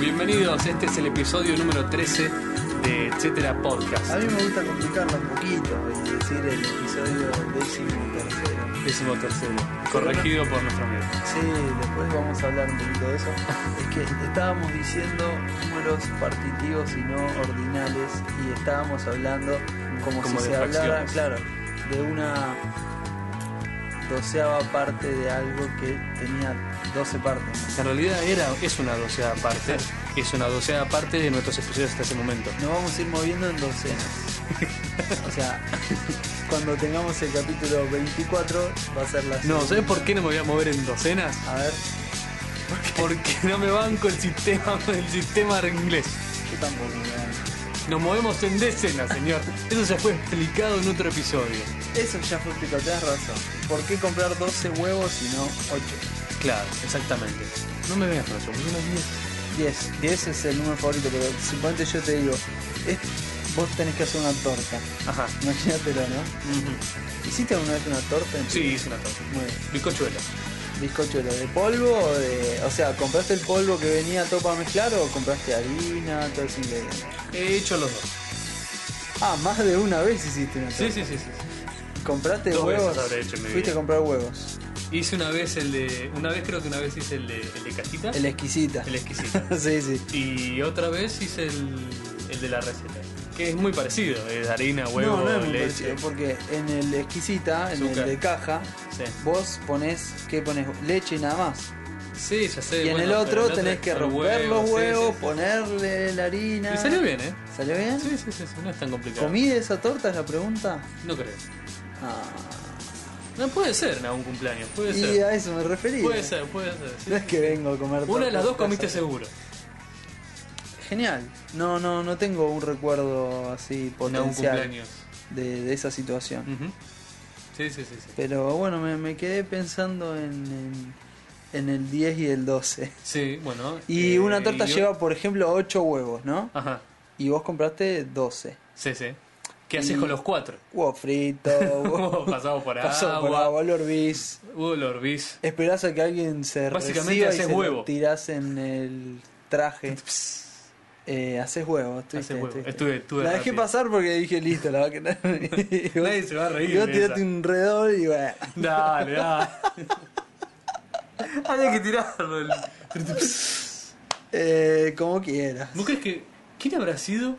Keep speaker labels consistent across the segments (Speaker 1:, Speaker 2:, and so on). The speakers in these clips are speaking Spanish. Speaker 1: Bienvenidos, este es el episodio número 13 de Etcétera Podcast.
Speaker 2: A mí me gusta complicarlo un poquito y decir el episodio décimo tercero.
Speaker 1: Décimo tercero, corregido por nuestro amigo.
Speaker 2: Sí, después vamos a hablar un poquito de eso. Es que estábamos diciendo números partitivos y no ordinales y estábamos hablando como,
Speaker 1: Como
Speaker 2: si
Speaker 1: de
Speaker 2: se hablara,
Speaker 1: fracciones.
Speaker 2: claro, de una doceava parte de algo que tenía 12 partes.
Speaker 1: En realidad era, es una doceada parte, es una doceada parte de nuestros episodios hasta ese momento.
Speaker 2: Nos vamos a ir moviendo en docenas. O sea, cuando tengamos el capítulo 24 va a ser la
Speaker 1: No,
Speaker 2: segunda.
Speaker 1: ¿sabes por qué no me voy a mover en docenas?
Speaker 2: A ver,
Speaker 1: Porque no me banco el sistema, el sistema inglés.
Speaker 2: yo tampoco me da.
Speaker 1: Nos movemos en decenas, señor. Eso ya fue explicado en otro episodio.
Speaker 2: Eso ya fue explicado, tenés razón. ¿Por qué comprar 12 huevos y no 8?
Speaker 1: Claro, exactamente. No me veas, Nacho, porque no me veas.
Speaker 2: 10. 10 es el número favorito, pero suponete yo te digo, es- vos tenés que hacer una torta.
Speaker 1: Ajá.
Speaker 2: Imagínatelo, ¿no?
Speaker 1: Ujú.
Speaker 2: ¿Hiciste alguna vez una torta? en tu
Speaker 1: Sí,
Speaker 2: vida?
Speaker 1: hice una torta.
Speaker 2: Muy bien.
Speaker 1: Bicochuelo.
Speaker 2: ¿Bizcocho lo de polvo o de.? O sea, ¿compraste el polvo que venía todo para mezclar o compraste harina, todo ese ingrediente?
Speaker 1: He hecho los dos.
Speaker 2: Ah, más de una vez hiciste una torta.
Speaker 1: Sí, sí, sí, sí.
Speaker 2: ¿Compraste
Speaker 1: Dos veces
Speaker 2: huevos?
Speaker 1: habré hecho en mi
Speaker 2: Fuiste
Speaker 1: vida.
Speaker 2: a comprar huevos.
Speaker 1: Hice una vez el de. Una vez creo que una vez hice el de, el de cajita.
Speaker 2: El exquisita.
Speaker 1: el exquisito.
Speaker 2: sí, sí.
Speaker 1: Y otra vez hice el, el de la receta. Que es muy parecido. Es harina, huevo,
Speaker 2: no, no es muy
Speaker 1: leche.
Speaker 2: parecido, porque en el exquisita, en
Speaker 1: Azúcar.
Speaker 2: el de caja,
Speaker 1: Sí.
Speaker 2: vos ponés, ¿qué ponés? Leche y nada más.
Speaker 1: Sí, ya sé.
Speaker 2: y en
Speaker 1: bueno,
Speaker 2: el
Speaker 1: pero
Speaker 2: otro tenés
Speaker 1: es
Speaker 2: que
Speaker 1: con
Speaker 2: romper los
Speaker 1: sí,
Speaker 2: huevos,
Speaker 1: sí, sí.
Speaker 2: ponerle la harina.
Speaker 1: Y salió bien, ¿eh?
Speaker 2: ¿Salió bien?
Speaker 1: Sí, sí, sí, sí, no es tan complicado.
Speaker 2: ¿Comí de esa torta es la pregunta?
Speaker 1: No creo.
Speaker 2: Ah.
Speaker 1: No puede ser en algún cumpleaños, puede
Speaker 2: Y
Speaker 1: ser.
Speaker 2: a eso me refería.
Speaker 1: Puede ser, puede ser. sí.
Speaker 2: No es que vengo a comer
Speaker 1: Una de las
Speaker 2: tortas
Speaker 1: dos
Speaker 2: de
Speaker 1: comiste
Speaker 2: casa.
Speaker 1: seguro.
Speaker 2: Genial. No, no, no tengo un recuerdo así
Speaker 1: En algún
Speaker 2: potencial
Speaker 1: cumpleaños.
Speaker 2: de, de esa situación.
Speaker 1: Ujú. Sí, sí, sí, sí.
Speaker 2: Pero bueno, me, me quedé pensando en, en- en el 10 y el 12.
Speaker 1: Sí, bueno.
Speaker 2: Y
Speaker 1: eh,
Speaker 2: una torta
Speaker 1: y-
Speaker 2: lleva, por ejemplo, 8 huevos, ¿no?
Speaker 1: Ajá.
Speaker 2: Y vos compraste 12.
Speaker 1: Sí, sí. ¿Qué haces con los cuatro?
Speaker 2: Huevo frito, huevo
Speaker 1: Pasado por
Speaker 2: pasado por
Speaker 1: agua. Uh,
Speaker 2: agua, lo hervís.
Speaker 1: Hubo el orbis.
Speaker 2: Esperás a que alguien se
Speaker 1: Básicamente
Speaker 2: reciba y
Speaker 1: haces
Speaker 2: se lo
Speaker 1: huevo.
Speaker 2: tirás en el traje. Eh, haces huevo, estuviste,
Speaker 1: Haces huevo.
Speaker 2: estuviste.
Speaker 1: Estuve- estuve
Speaker 2: La dejé
Speaker 1: rápido.
Speaker 2: pasar porque dije, listo, la va a quedar. Y vos-
Speaker 1: Nadie se va a reír
Speaker 2: Y vos
Speaker 1: de
Speaker 2: tiraste
Speaker 1: esa.
Speaker 2: un redor y bueno.
Speaker 1: Dale, dale. Había que tirarlo. el-
Speaker 2: Eh, como quieras.
Speaker 1: ¿Vos crees que. ¿Quién habrá sido?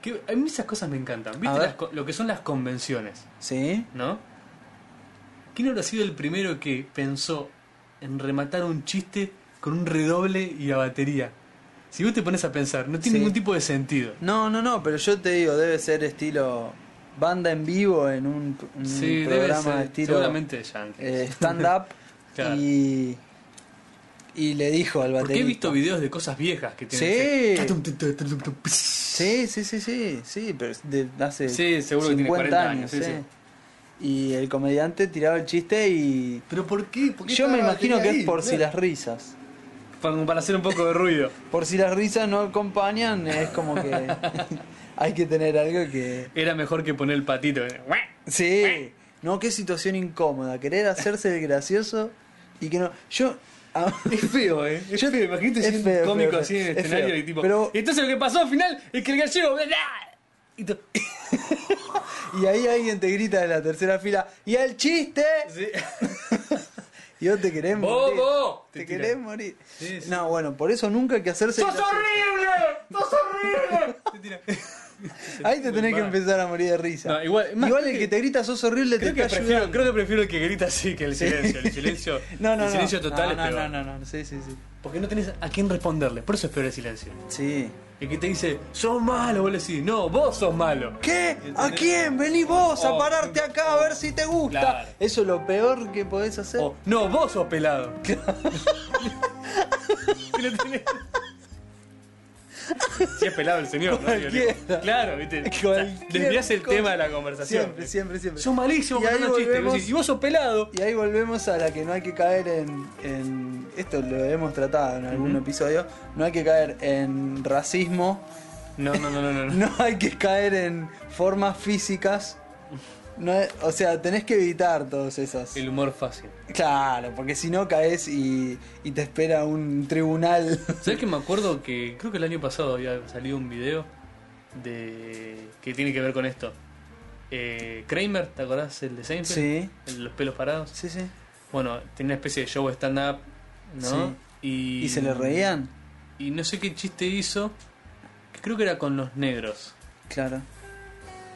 Speaker 1: Que, a mí esas cosas me encantan. ¿Viste
Speaker 2: ver.
Speaker 1: las co- lo que son las convenciones?
Speaker 2: ¿Sí?
Speaker 1: ¿No? ¿Quién habrá sido el primero que pensó en rematar un chiste con un redoble y la batería? Si vos te pones a pensar, no tiene
Speaker 2: Sí.
Speaker 1: ningún tipo de sentido.
Speaker 2: No, no, no, pero yo te digo, debe ser estilo banda en vivo en un, un
Speaker 1: Sí, debe
Speaker 2: programa de
Speaker 1: ser.
Speaker 2: estilo
Speaker 1: Seguramente de Yankees.
Speaker 2: eh, stand-up
Speaker 1: Claro.
Speaker 2: y, y le dijo al
Speaker 1: Porque he
Speaker 2: baterista.
Speaker 1: visto videos de cosas viejas que tienen.
Speaker 2: Sí.
Speaker 1: ese- tum, tum, tum, tum, tum, tum,
Speaker 2: Sí, sí, sí, sí, sí, pero es de hace
Speaker 1: Sí, seguro que tiene 40 años, sí,
Speaker 2: Y el comediante tiraba el chiste y...
Speaker 1: ¿Pero por qué? ¿Por qué
Speaker 2: Yo
Speaker 1: está
Speaker 2: me
Speaker 1: la
Speaker 2: imagino que
Speaker 1: batería
Speaker 2: es
Speaker 1: ahí?
Speaker 2: por si
Speaker 1: Claro.
Speaker 2: las risas.
Speaker 1: Para, para hacer un poco de ruido.
Speaker 2: Por si las risas no acompañan, es como que hay que tener algo que...
Speaker 1: Era mejor que poner el patito. ¿eh?
Speaker 2: Sí. No, qué situación incómoda. Querer hacerse el gracioso y que no. Yo. a-
Speaker 1: Es feo, ¿eh? Yo te imagino
Speaker 2: Es
Speaker 1: siendo
Speaker 2: feo,
Speaker 1: un cómico
Speaker 2: feo,
Speaker 1: así en el
Speaker 2: es
Speaker 1: escenario
Speaker 2: feo.
Speaker 1: y tipo.
Speaker 2: Pero-
Speaker 1: "Y Entonces lo que pasó al final es que el gallego. ¡ah! Y tú-
Speaker 2: y ahí alguien te grita de la tercera fila. ¡Y el chiste!
Speaker 1: Sí.
Speaker 2: Y vos te querés morir.
Speaker 1: ¡Bobo!
Speaker 2: Te,
Speaker 1: Te tira.
Speaker 2: querés morir.
Speaker 1: Sí, sí.
Speaker 2: No, bueno, por eso nunca hay que hacerse. el
Speaker 1: ¡Sos
Speaker 2: gracioso.
Speaker 1: horrible! ¡Sos horrible! Te tira.
Speaker 2: Ahí te tenés que
Speaker 1: Mal.
Speaker 2: empezar a morir de risa.
Speaker 1: No, igual- más
Speaker 2: Igual
Speaker 1: creo
Speaker 2: el
Speaker 1: que-
Speaker 2: que te grita sos horrible te
Speaker 1: Creo que,
Speaker 2: está
Speaker 1: prefiero,
Speaker 2: ayudando.
Speaker 1: creo que prefiero el que grita así que el silencio. El silencio,
Speaker 2: No, no, no.
Speaker 1: el silencio total
Speaker 2: no,
Speaker 1: es
Speaker 2: no,
Speaker 1: peor.
Speaker 2: no, no, no, Sí, sí, sí.
Speaker 1: Porque no tenés a quién responderle. Por eso es peor el silencio.
Speaker 2: Sí.
Speaker 1: El que te dice, sos malo, vos le decís, no, vos sos malo.
Speaker 2: ¿Qué? ¿A quién? Vení vos a
Speaker 1: Oh,
Speaker 2: pararte acá a ver si te gusta.
Speaker 1: Claro. Oh,
Speaker 2: Eso es lo peor que podés hacer.
Speaker 1: O, no, vos sos pelado. Y lo tenés- si es pelado el señor, ¿no? Digo, tipo,
Speaker 2: Cualquiera.
Speaker 1: Claro, viste.
Speaker 2: Cualquier
Speaker 1: Desviás el
Speaker 2: cosa.
Speaker 1: tema de la conversación.
Speaker 2: Siempre, siempre, siempre.
Speaker 1: Sos malísimo
Speaker 2: Y ahí
Speaker 1: contando chistes.
Speaker 2: volvemos-
Speaker 1: Vos decís, Si vos sos pelado.
Speaker 2: Y ahí volvemos a la que no hay que caer en. en- esto lo hemos tratado en algún
Speaker 1: Ujú.
Speaker 2: episodio. No hay que caer en racismo.
Speaker 1: No, no, no, no, no. no.
Speaker 2: No hay que caer en formas físicas. No es- o sea, tenés que evitar todos esos.
Speaker 1: El humor fácil.
Speaker 2: Claro, porque si no caes y, y te espera un tribunal.
Speaker 1: ¿Sabes que me acuerdo que creo que el año pasado había salido un video de que tiene que ver con esto? Eh, Kramer, ¿te acordás? El de Seinfeld,
Speaker 2: Sí,
Speaker 1: el de los pelos parados.
Speaker 2: sí, sí.
Speaker 1: Bueno, tenía una especie de show stand-up, ¿no?
Speaker 2: Sí.
Speaker 1: Y,
Speaker 2: ¿Y se le reían?
Speaker 1: Y no sé qué chiste hizo, que creo que era con los negros.
Speaker 2: Claro.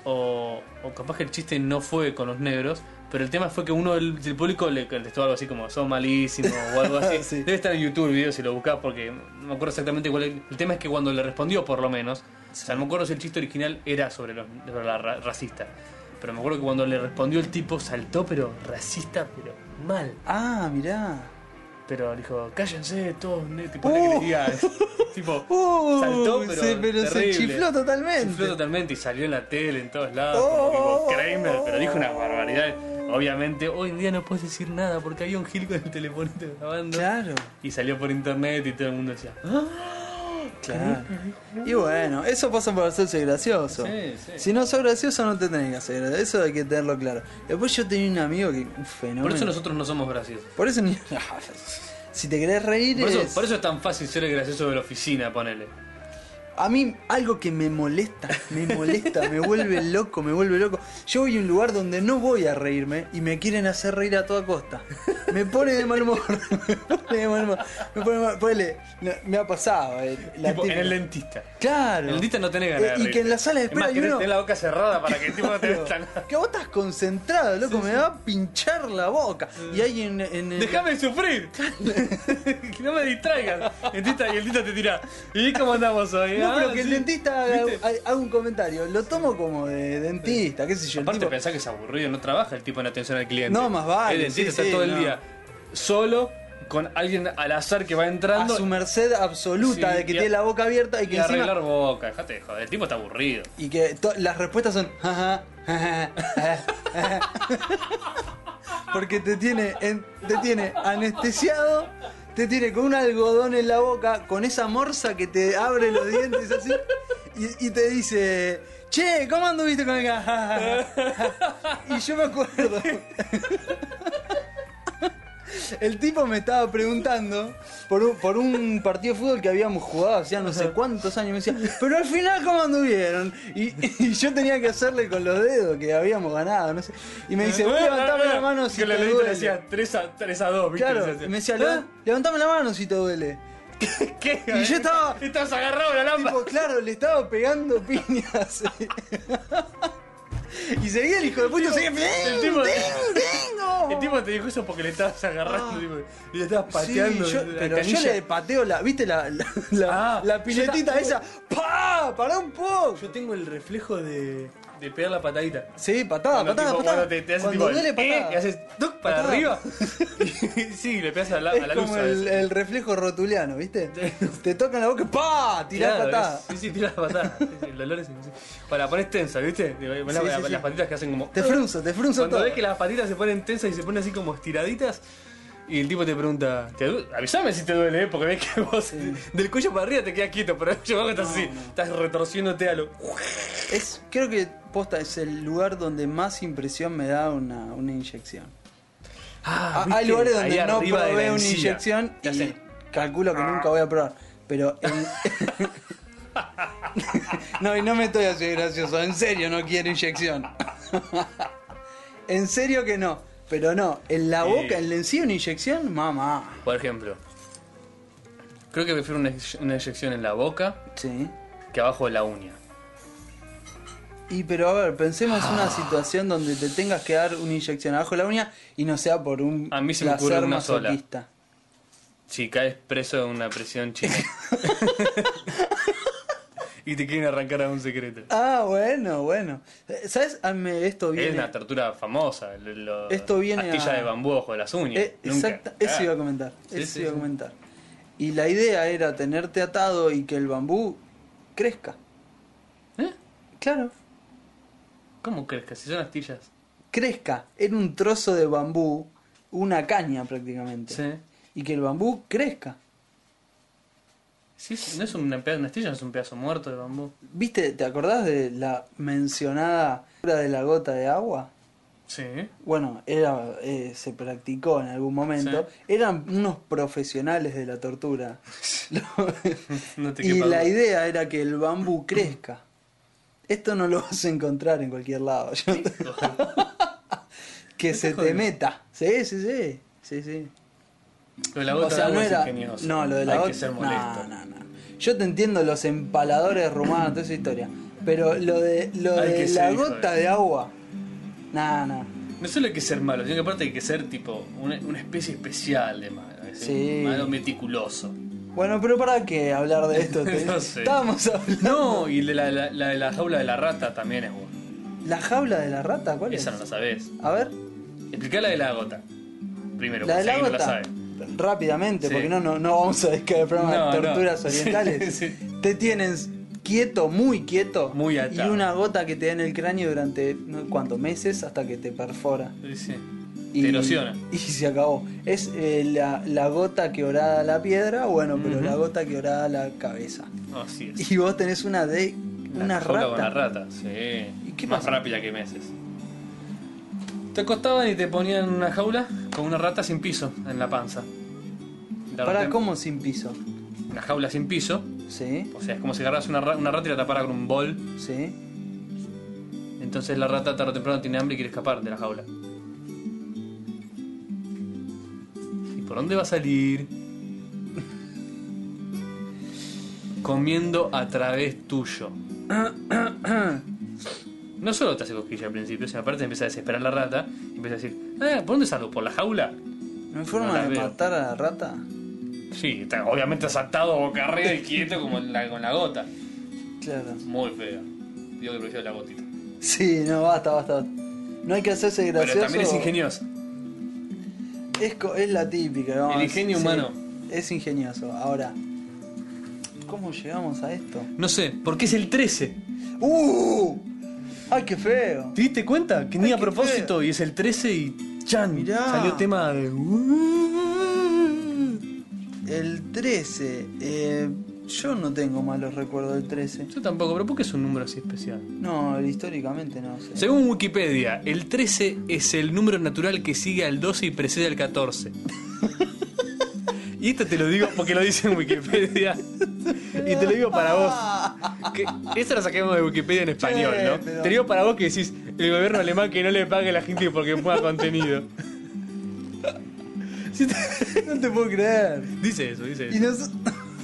Speaker 1: O, o capaz que el chiste no fue con los negros, pero el tema fue que uno del, del público le contestó algo así como, son malísimos o algo así.
Speaker 2: Sí.
Speaker 1: Debe estar en YouTube el video si lo buscás, porque no me acuerdo exactamente cuál es. El tema es que cuando le respondió, por lo menos, o sea, no me acuerdo si el chiste original era sobre, los, sobre la ra- racista, pero me acuerdo que cuando le respondió el tipo saltó, pero racista, pero mal.
Speaker 2: Ah, mirá.
Speaker 1: Pero dijo, cállense todos, ne-", tipo, le quería- tipo,
Speaker 2: Uh,
Speaker 1: saltó, pero,
Speaker 2: se, pero se
Speaker 1: terrible.
Speaker 2: chifló totalmente.
Speaker 1: Chifló totalmente y salió en la tele, en todos lados,
Speaker 2: Oh.
Speaker 1: como tipo Kramer, pero dijo una barbaridad. Obviamente, hoy en día no puedes decir nada porque había un gil con el telefonito grabando.
Speaker 2: Claro,
Speaker 1: Y salió por internet y todo el mundo decía, "Ah".
Speaker 2: claro. Y bueno, eso pasa por hacerse gracioso.
Speaker 1: Sí, sí.
Speaker 2: Si no sos gracioso, no te tenés que hacer. gracioso. Eso hay que tenerlo claro. Después yo tenía un amigo que. Un fenómeno.
Speaker 1: por eso nosotros no somos graciosos.
Speaker 2: Por eso ni- si te querés reír.
Speaker 1: Por
Speaker 2: es-
Speaker 1: eso, por eso es tan fácil ser el gracioso de la oficina, ponele.
Speaker 2: A mí algo que me molesta, me molesta, me vuelve loco, me vuelve loco. Yo voy a un lugar donde no voy a reírme y me quieren hacer reír a toda costa. Me pone de mal humor. Me pone de mal humor. Me pone de mal- ponele, no, me ha pasado. eh, la
Speaker 1: Tipo, en
Speaker 2: típica.
Speaker 1: el dentista.
Speaker 2: Claro.
Speaker 1: En el dentista no tenés ganas
Speaker 2: Eh,
Speaker 1: de
Speaker 2: Y que en la sala de espera
Speaker 1: Es más,
Speaker 2: hay
Speaker 1: tenés
Speaker 2: uno...
Speaker 1: la boca cerrada para que el tipo no te vea
Speaker 2: Claro,
Speaker 1: nada.
Speaker 2: que vos estás concentrado, loco, me va a pinchar la boca. Y hay en, en el-
Speaker 1: ¡Déjame sufrir! que no me distraigas. El dentista- y el dentista te tira. ¿Y cómo andamos hoy?
Speaker 2: No,
Speaker 1: Ah,
Speaker 2: pero que el
Speaker 1: sí.
Speaker 2: dentista haga,
Speaker 1: ¿Viste?
Speaker 2: haga un comentario. Lo tomo como de dentista, qué sé yo. el
Speaker 1: Aparte
Speaker 2: tipo-
Speaker 1: pensás que es aburrido, no trabaja el tipo en atención al cliente.
Speaker 2: No, más vale,
Speaker 1: El dentista
Speaker 2: sí,
Speaker 1: está
Speaker 2: sí,
Speaker 1: todo
Speaker 2: no.
Speaker 1: el día solo con alguien al azar que va entrando.
Speaker 2: a su merced absoluta
Speaker 1: Sí,
Speaker 2: de que
Speaker 1: y a-
Speaker 2: tiene la boca abierta y
Speaker 1: y
Speaker 2: que encima-
Speaker 1: arreglar boca, dejate de joder, el tipo está aburrido.
Speaker 2: y que to- las respuestas son "Ajá, ajá, ajá, ajá". porque te tiene en- te tiene anestesiado te tiene con un algodón en la boca con esa morsa que te abre los dientes así y, y te dice che cómo anduviste con el ga-?" y yo me acuerdo El tipo me estaba preguntando por un, por un partido de fútbol que habíamos jugado hacía no sé cuántos años. Me decía, pero al final, ¿cómo anduvieron? Y, y yo tenía que hacerle con los dedos que habíamos ganado, no sé. Y me dice, vos levantame la mano si
Speaker 1: Ah, Que
Speaker 2: te
Speaker 1: le le
Speaker 2: duele.
Speaker 1: decía 3 a, 3 a 2, ¿viste?
Speaker 2: claro,
Speaker 1: Le decía,
Speaker 2: y me decía,
Speaker 1: "Ah,
Speaker 2: "Leva- levantame la mano si te duele.
Speaker 1: ¿Qué?
Speaker 2: y yo estaba-
Speaker 1: Estabas agarrado a la lámpara.
Speaker 2: Tipo, claro, le estaba pegando piñas. y seguía el hijo de puta, seguía.
Speaker 1: el tipo-
Speaker 2: "Ding, ding, oh".
Speaker 1: El tipo te dijo eso porque le estabas agarrando
Speaker 2: Ah.
Speaker 1: tipo, y le estabas
Speaker 2: Sí,
Speaker 1: pateando.
Speaker 2: yo-
Speaker 1: la
Speaker 2: pero yo
Speaker 1: canilla.
Speaker 2: le pateo la. ¿Viste la, la, la-
Speaker 1: Ah,
Speaker 2: la piletita
Speaker 1: yo
Speaker 2: esa?
Speaker 1: ta-
Speaker 2: ¡Pah! ¡Pará un poco!
Speaker 1: Yo tengo el reflejo de, de pegar la patadita.
Speaker 2: Sí, patada,
Speaker 1: Cuando,
Speaker 2: patada,
Speaker 1: tipo,
Speaker 2: patada.
Speaker 1: cuando te, te hace
Speaker 2: Cuando
Speaker 1: tipo el,
Speaker 2: duele,
Speaker 1: "Eh",
Speaker 2: patada.
Speaker 1: y haces tuc para
Speaker 2: Patada.
Speaker 1: arriba. Y- sí, le pegas a la, a la
Speaker 2: es
Speaker 1: luz.
Speaker 2: como
Speaker 1: a
Speaker 2: el, eh,
Speaker 1: veces.
Speaker 2: el reflejo rotuliano, ¿viste?
Speaker 1: Sí.
Speaker 2: te tocan la boca, ¡pah! Tirás
Speaker 1: Claro,
Speaker 2: patada.
Speaker 1: es- sí, sí, tirás patada. Sí, sí, el dolor es imposible. Para, pones tensa, ¿viste? Te- ves
Speaker 2: Sí,
Speaker 1: la-
Speaker 2: sí, sí.
Speaker 1: Las patitas que hacen como.
Speaker 2: Te frunzo, te frunzo
Speaker 1: Cuando
Speaker 2: todo.
Speaker 1: ves que las patitas se ponen tensas y se ponen así como estiraditas. Y el tipo te pregunta, ¿te du- avísame si te duele, ¿eh? porque ves que vos del cuello para arriba te quedas quieto, pero el cuello abajo estás así, estás retorciéndote a lo.
Speaker 2: Es, creo que posta es el lugar donde más impresión me da una, una inyección.
Speaker 1: Ah,
Speaker 2: Ah,
Speaker 1: ¿viste?
Speaker 2: hay lugares
Speaker 1: Ahí
Speaker 2: donde no
Speaker 1: arriba de la
Speaker 2: probé una
Speaker 1: encía.
Speaker 2: inyección
Speaker 1: Te
Speaker 2: y
Speaker 1: hacen-
Speaker 2: calculo que nunca voy a probar. Pero en- no, y no me estoy haciendo gracioso, en serio no quiero inyección. en serio que no, pero no, en la
Speaker 1: Sí.
Speaker 2: boca, en la encía una inyección, mamá.
Speaker 1: Por ejemplo, creo que prefiero una, inyec- una inyección en la boca
Speaker 2: Sí.
Speaker 1: que abajo de la uña.
Speaker 2: Y pero a ver, pensemos
Speaker 1: Ah.
Speaker 2: una situación donde te tengas que dar una inyección abajo de la uña y no sea por un
Speaker 1: A mí se me ocurre
Speaker 2: placer
Speaker 1: una sola.
Speaker 2: masoquista.
Speaker 1: Si caes preso de una prisión china. y te quieren arrancar a un secreto.
Speaker 2: Ah, bueno, bueno. Eh, ¿Sabes? A mí esto viene.
Speaker 1: Es una tortura famosa. lo- lo-
Speaker 2: Esto viene
Speaker 1: Astilla
Speaker 2: a-
Speaker 1: de bambú bajo las uñas.
Speaker 2: Eh,
Speaker 1: Nunca.
Speaker 2: exacta- eso
Speaker 1: Ah,
Speaker 2: iba a comentar.
Speaker 1: Sí,
Speaker 2: eso
Speaker 1: sí,
Speaker 2: iba a
Speaker 1: sí.
Speaker 2: comentar. Y la idea era tenerte atado y que el bambú crezca.
Speaker 1: ¿Eh?
Speaker 2: Claro,
Speaker 1: ¿Cómo crees que si son astillas?
Speaker 2: crezca. Era un trozo de bambú, una caña prácticamente.
Speaker 1: Sí.
Speaker 2: Y que el bambú crezca.
Speaker 1: Sí, sí, no es una, peda- una astilla, no es un pedazo muerto de bambú.
Speaker 2: ¿Viste? ¿Te acordás de la mencionada cura de la gota de agua?
Speaker 1: Sí.
Speaker 2: bueno, era, eh, se practicó en algún momento, eran unos profesionales de la tortura.
Speaker 1: No te
Speaker 2: y
Speaker 1: quepa
Speaker 2: la
Speaker 1: duda.
Speaker 2: idea era que el bambú crezca. Esto no lo vas a encontrar en cualquier lado. yo- que se te
Speaker 1: jodiendo.
Speaker 2: meta. Sí, sí, sí. Sí, sí.
Speaker 1: Lo de la gota
Speaker 2: O sea,
Speaker 1: de agua
Speaker 2: no
Speaker 1: es
Speaker 2: era-
Speaker 1: ingenioso.
Speaker 2: No, lo de la
Speaker 1: Hay
Speaker 2: gota.
Speaker 1: que ser
Speaker 2: no,
Speaker 1: molesto.
Speaker 2: no, no. Yo te entiendo los empaladores rumanos, toda esa historia. Pero lo de, lo
Speaker 1: Hay que
Speaker 2: de
Speaker 1: ser
Speaker 2: la
Speaker 1: hijo de-
Speaker 2: gota de agua. No, no.
Speaker 1: No solo hay que ser malo, sino que aparte hay que ser tipo una, una especie especial de malo. es decir,
Speaker 2: Sí.
Speaker 1: Malo meticuloso.
Speaker 2: Bueno, pero ¿para qué hablar de esto? Te-
Speaker 1: No sé.
Speaker 2: Estábamos hablando.
Speaker 1: No, y la, la, la- la de la jaula de la rata también es buena.
Speaker 2: ¿La jaula de la rata? ¿Cuál
Speaker 1: Esa no
Speaker 2: es?
Speaker 1: la sabés.
Speaker 2: A ver.
Speaker 1: Explicá la de la gota. Primero,
Speaker 2: La de
Speaker 1: porque
Speaker 2: la
Speaker 1: pues si alguien no la
Speaker 2: gota.
Speaker 1: sabe.
Speaker 2: Rápidamente,
Speaker 1: Sí.
Speaker 2: porque no, no, no vamos a descaer el programa
Speaker 1: No,
Speaker 2: de
Speaker 1: no.
Speaker 2: torturas
Speaker 1: Sí,
Speaker 2: orientales.
Speaker 1: sí.
Speaker 2: Te tienen quieto, muy quieto.
Speaker 1: Muy atado.
Speaker 2: Y una gota que te da en el cráneo durante no, cuántos meses hasta que te perfora.
Speaker 1: Sí.
Speaker 2: Y,
Speaker 1: Te erosiona.
Speaker 2: Y se acabó. Es eh, la, la gota que orada la piedra, bueno, pero la gota que orada la cabeza.
Speaker 1: Así Oh, es.
Speaker 2: Y vos tenés una de.
Speaker 1: La
Speaker 2: una
Speaker 1: jaula
Speaker 2: rata.
Speaker 1: con la rata, sí.
Speaker 2: ¿Y qué
Speaker 1: Más
Speaker 2: pasa?
Speaker 1: rápida que meses. Te acostaban y te ponían en una jaula con una rata sin piso en la panza. La
Speaker 2: ¿Para
Speaker 1: rata-
Speaker 2: cómo sin piso?
Speaker 1: Una jaula sin piso.
Speaker 2: Sí,
Speaker 1: O sea, es como si agarras una, ra- una rata y la tapara con un bol.
Speaker 2: sí.
Speaker 1: Entonces la rata tarde o temprano tiene hambre y quiere escapar de la jaula. ¿Y por dónde va a salir? Comiendo a través tuyo. No solo te hace cosquilla al principio, sino aparte empieza a desesperar la rata y empieza a decir, "Ah, ¿por dónde salgo? ¿Por la jaula?
Speaker 2: ¿No hay forma
Speaker 1: No la
Speaker 2: de
Speaker 1: veo.
Speaker 2: matar a la rata?
Speaker 1: Sí, está obviamente saltado boca arriba y quieto como la- con la gota.
Speaker 2: Claro.
Speaker 1: Muy fea. Digo que prefiero la gotita.
Speaker 2: Sí, no, basta, basta. basta. No hay que hacerse gracioso.
Speaker 1: Pero también es ingenioso.
Speaker 2: Es, co- es la típica, ¿no?
Speaker 1: El ingenio
Speaker 2: Sí,
Speaker 1: humano.
Speaker 2: Es ingenioso. Ahora, ¿cómo llegamos a esto?
Speaker 1: No sé, porque es el 13.
Speaker 2: ¡Uh! ¡Ay, qué feo!
Speaker 1: ¿Te diste cuenta? Que ni
Speaker 2: Ay,
Speaker 1: a
Speaker 2: qué
Speaker 1: propósito, y es el 13 y chan,
Speaker 2: Mirá.
Speaker 1: salió tema de...
Speaker 2: El 13. eh, yo no tengo malos recuerdos del 13.
Speaker 1: Yo tampoco, pero ¿por qué es un número así especial?
Speaker 2: No, históricamente no sé.
Speaker 1: Según Wikipedia, el 13 es el número natural que sigue al 12 y precede al 14. y esto te lo digo porque lo dice en Wikipedia. y te lo digo para vos. Que esto lo saquemos de Wikipedia en español,
Speaker 2: Che,
Speaker 1: ¿no?
Speaker 2: pero-
Speaker 1: Te digo para vos que decís el gobierno alemán que no le pague a la gente porque ponga contenido. Sí, te-
Speaker 2: No te puedo creer.
Speaker 1: Dice eso, dice
Speaker 2: Y
Speaker 1: eso.
Speaker 2: nos-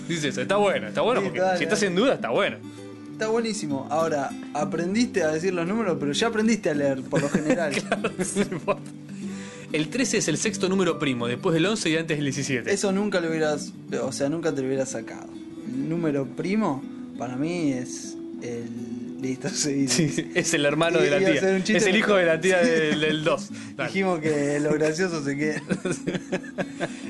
Speaker 1: Dice eso, está bueno, está bueno
Speaker 2: Sí,
Speaker 1: porque
Speaker 2: dale,
Speaker 1: si estás en duda, está bueno.
Speaker 2: Está buenísimo. Ahora, aprendiste a decir los números, pero ya aprendiste a leer, por lo general.
Speaker 1: El 13 es el sexto número primo, después del 11 y antes del 17.
Speaker 2: Eso nunca lo hubieras, o sea, nunca te lo hubieras sacado. El número primo, para mí es el... Listo, seguimos.
Speaker 1: Sí, es el hermano de la
Speaker 2: Iba a hacer
Speaker 1: tía.
Speaker 2: un chiste,
Speaker 1: Es el
Speaker 2: pero-
Speaker 1: hijo de la tía
Speaker 2: Sí.
Speaker 1: del, 2.
Speaker 2: Dijimos que lo gracioso se queda.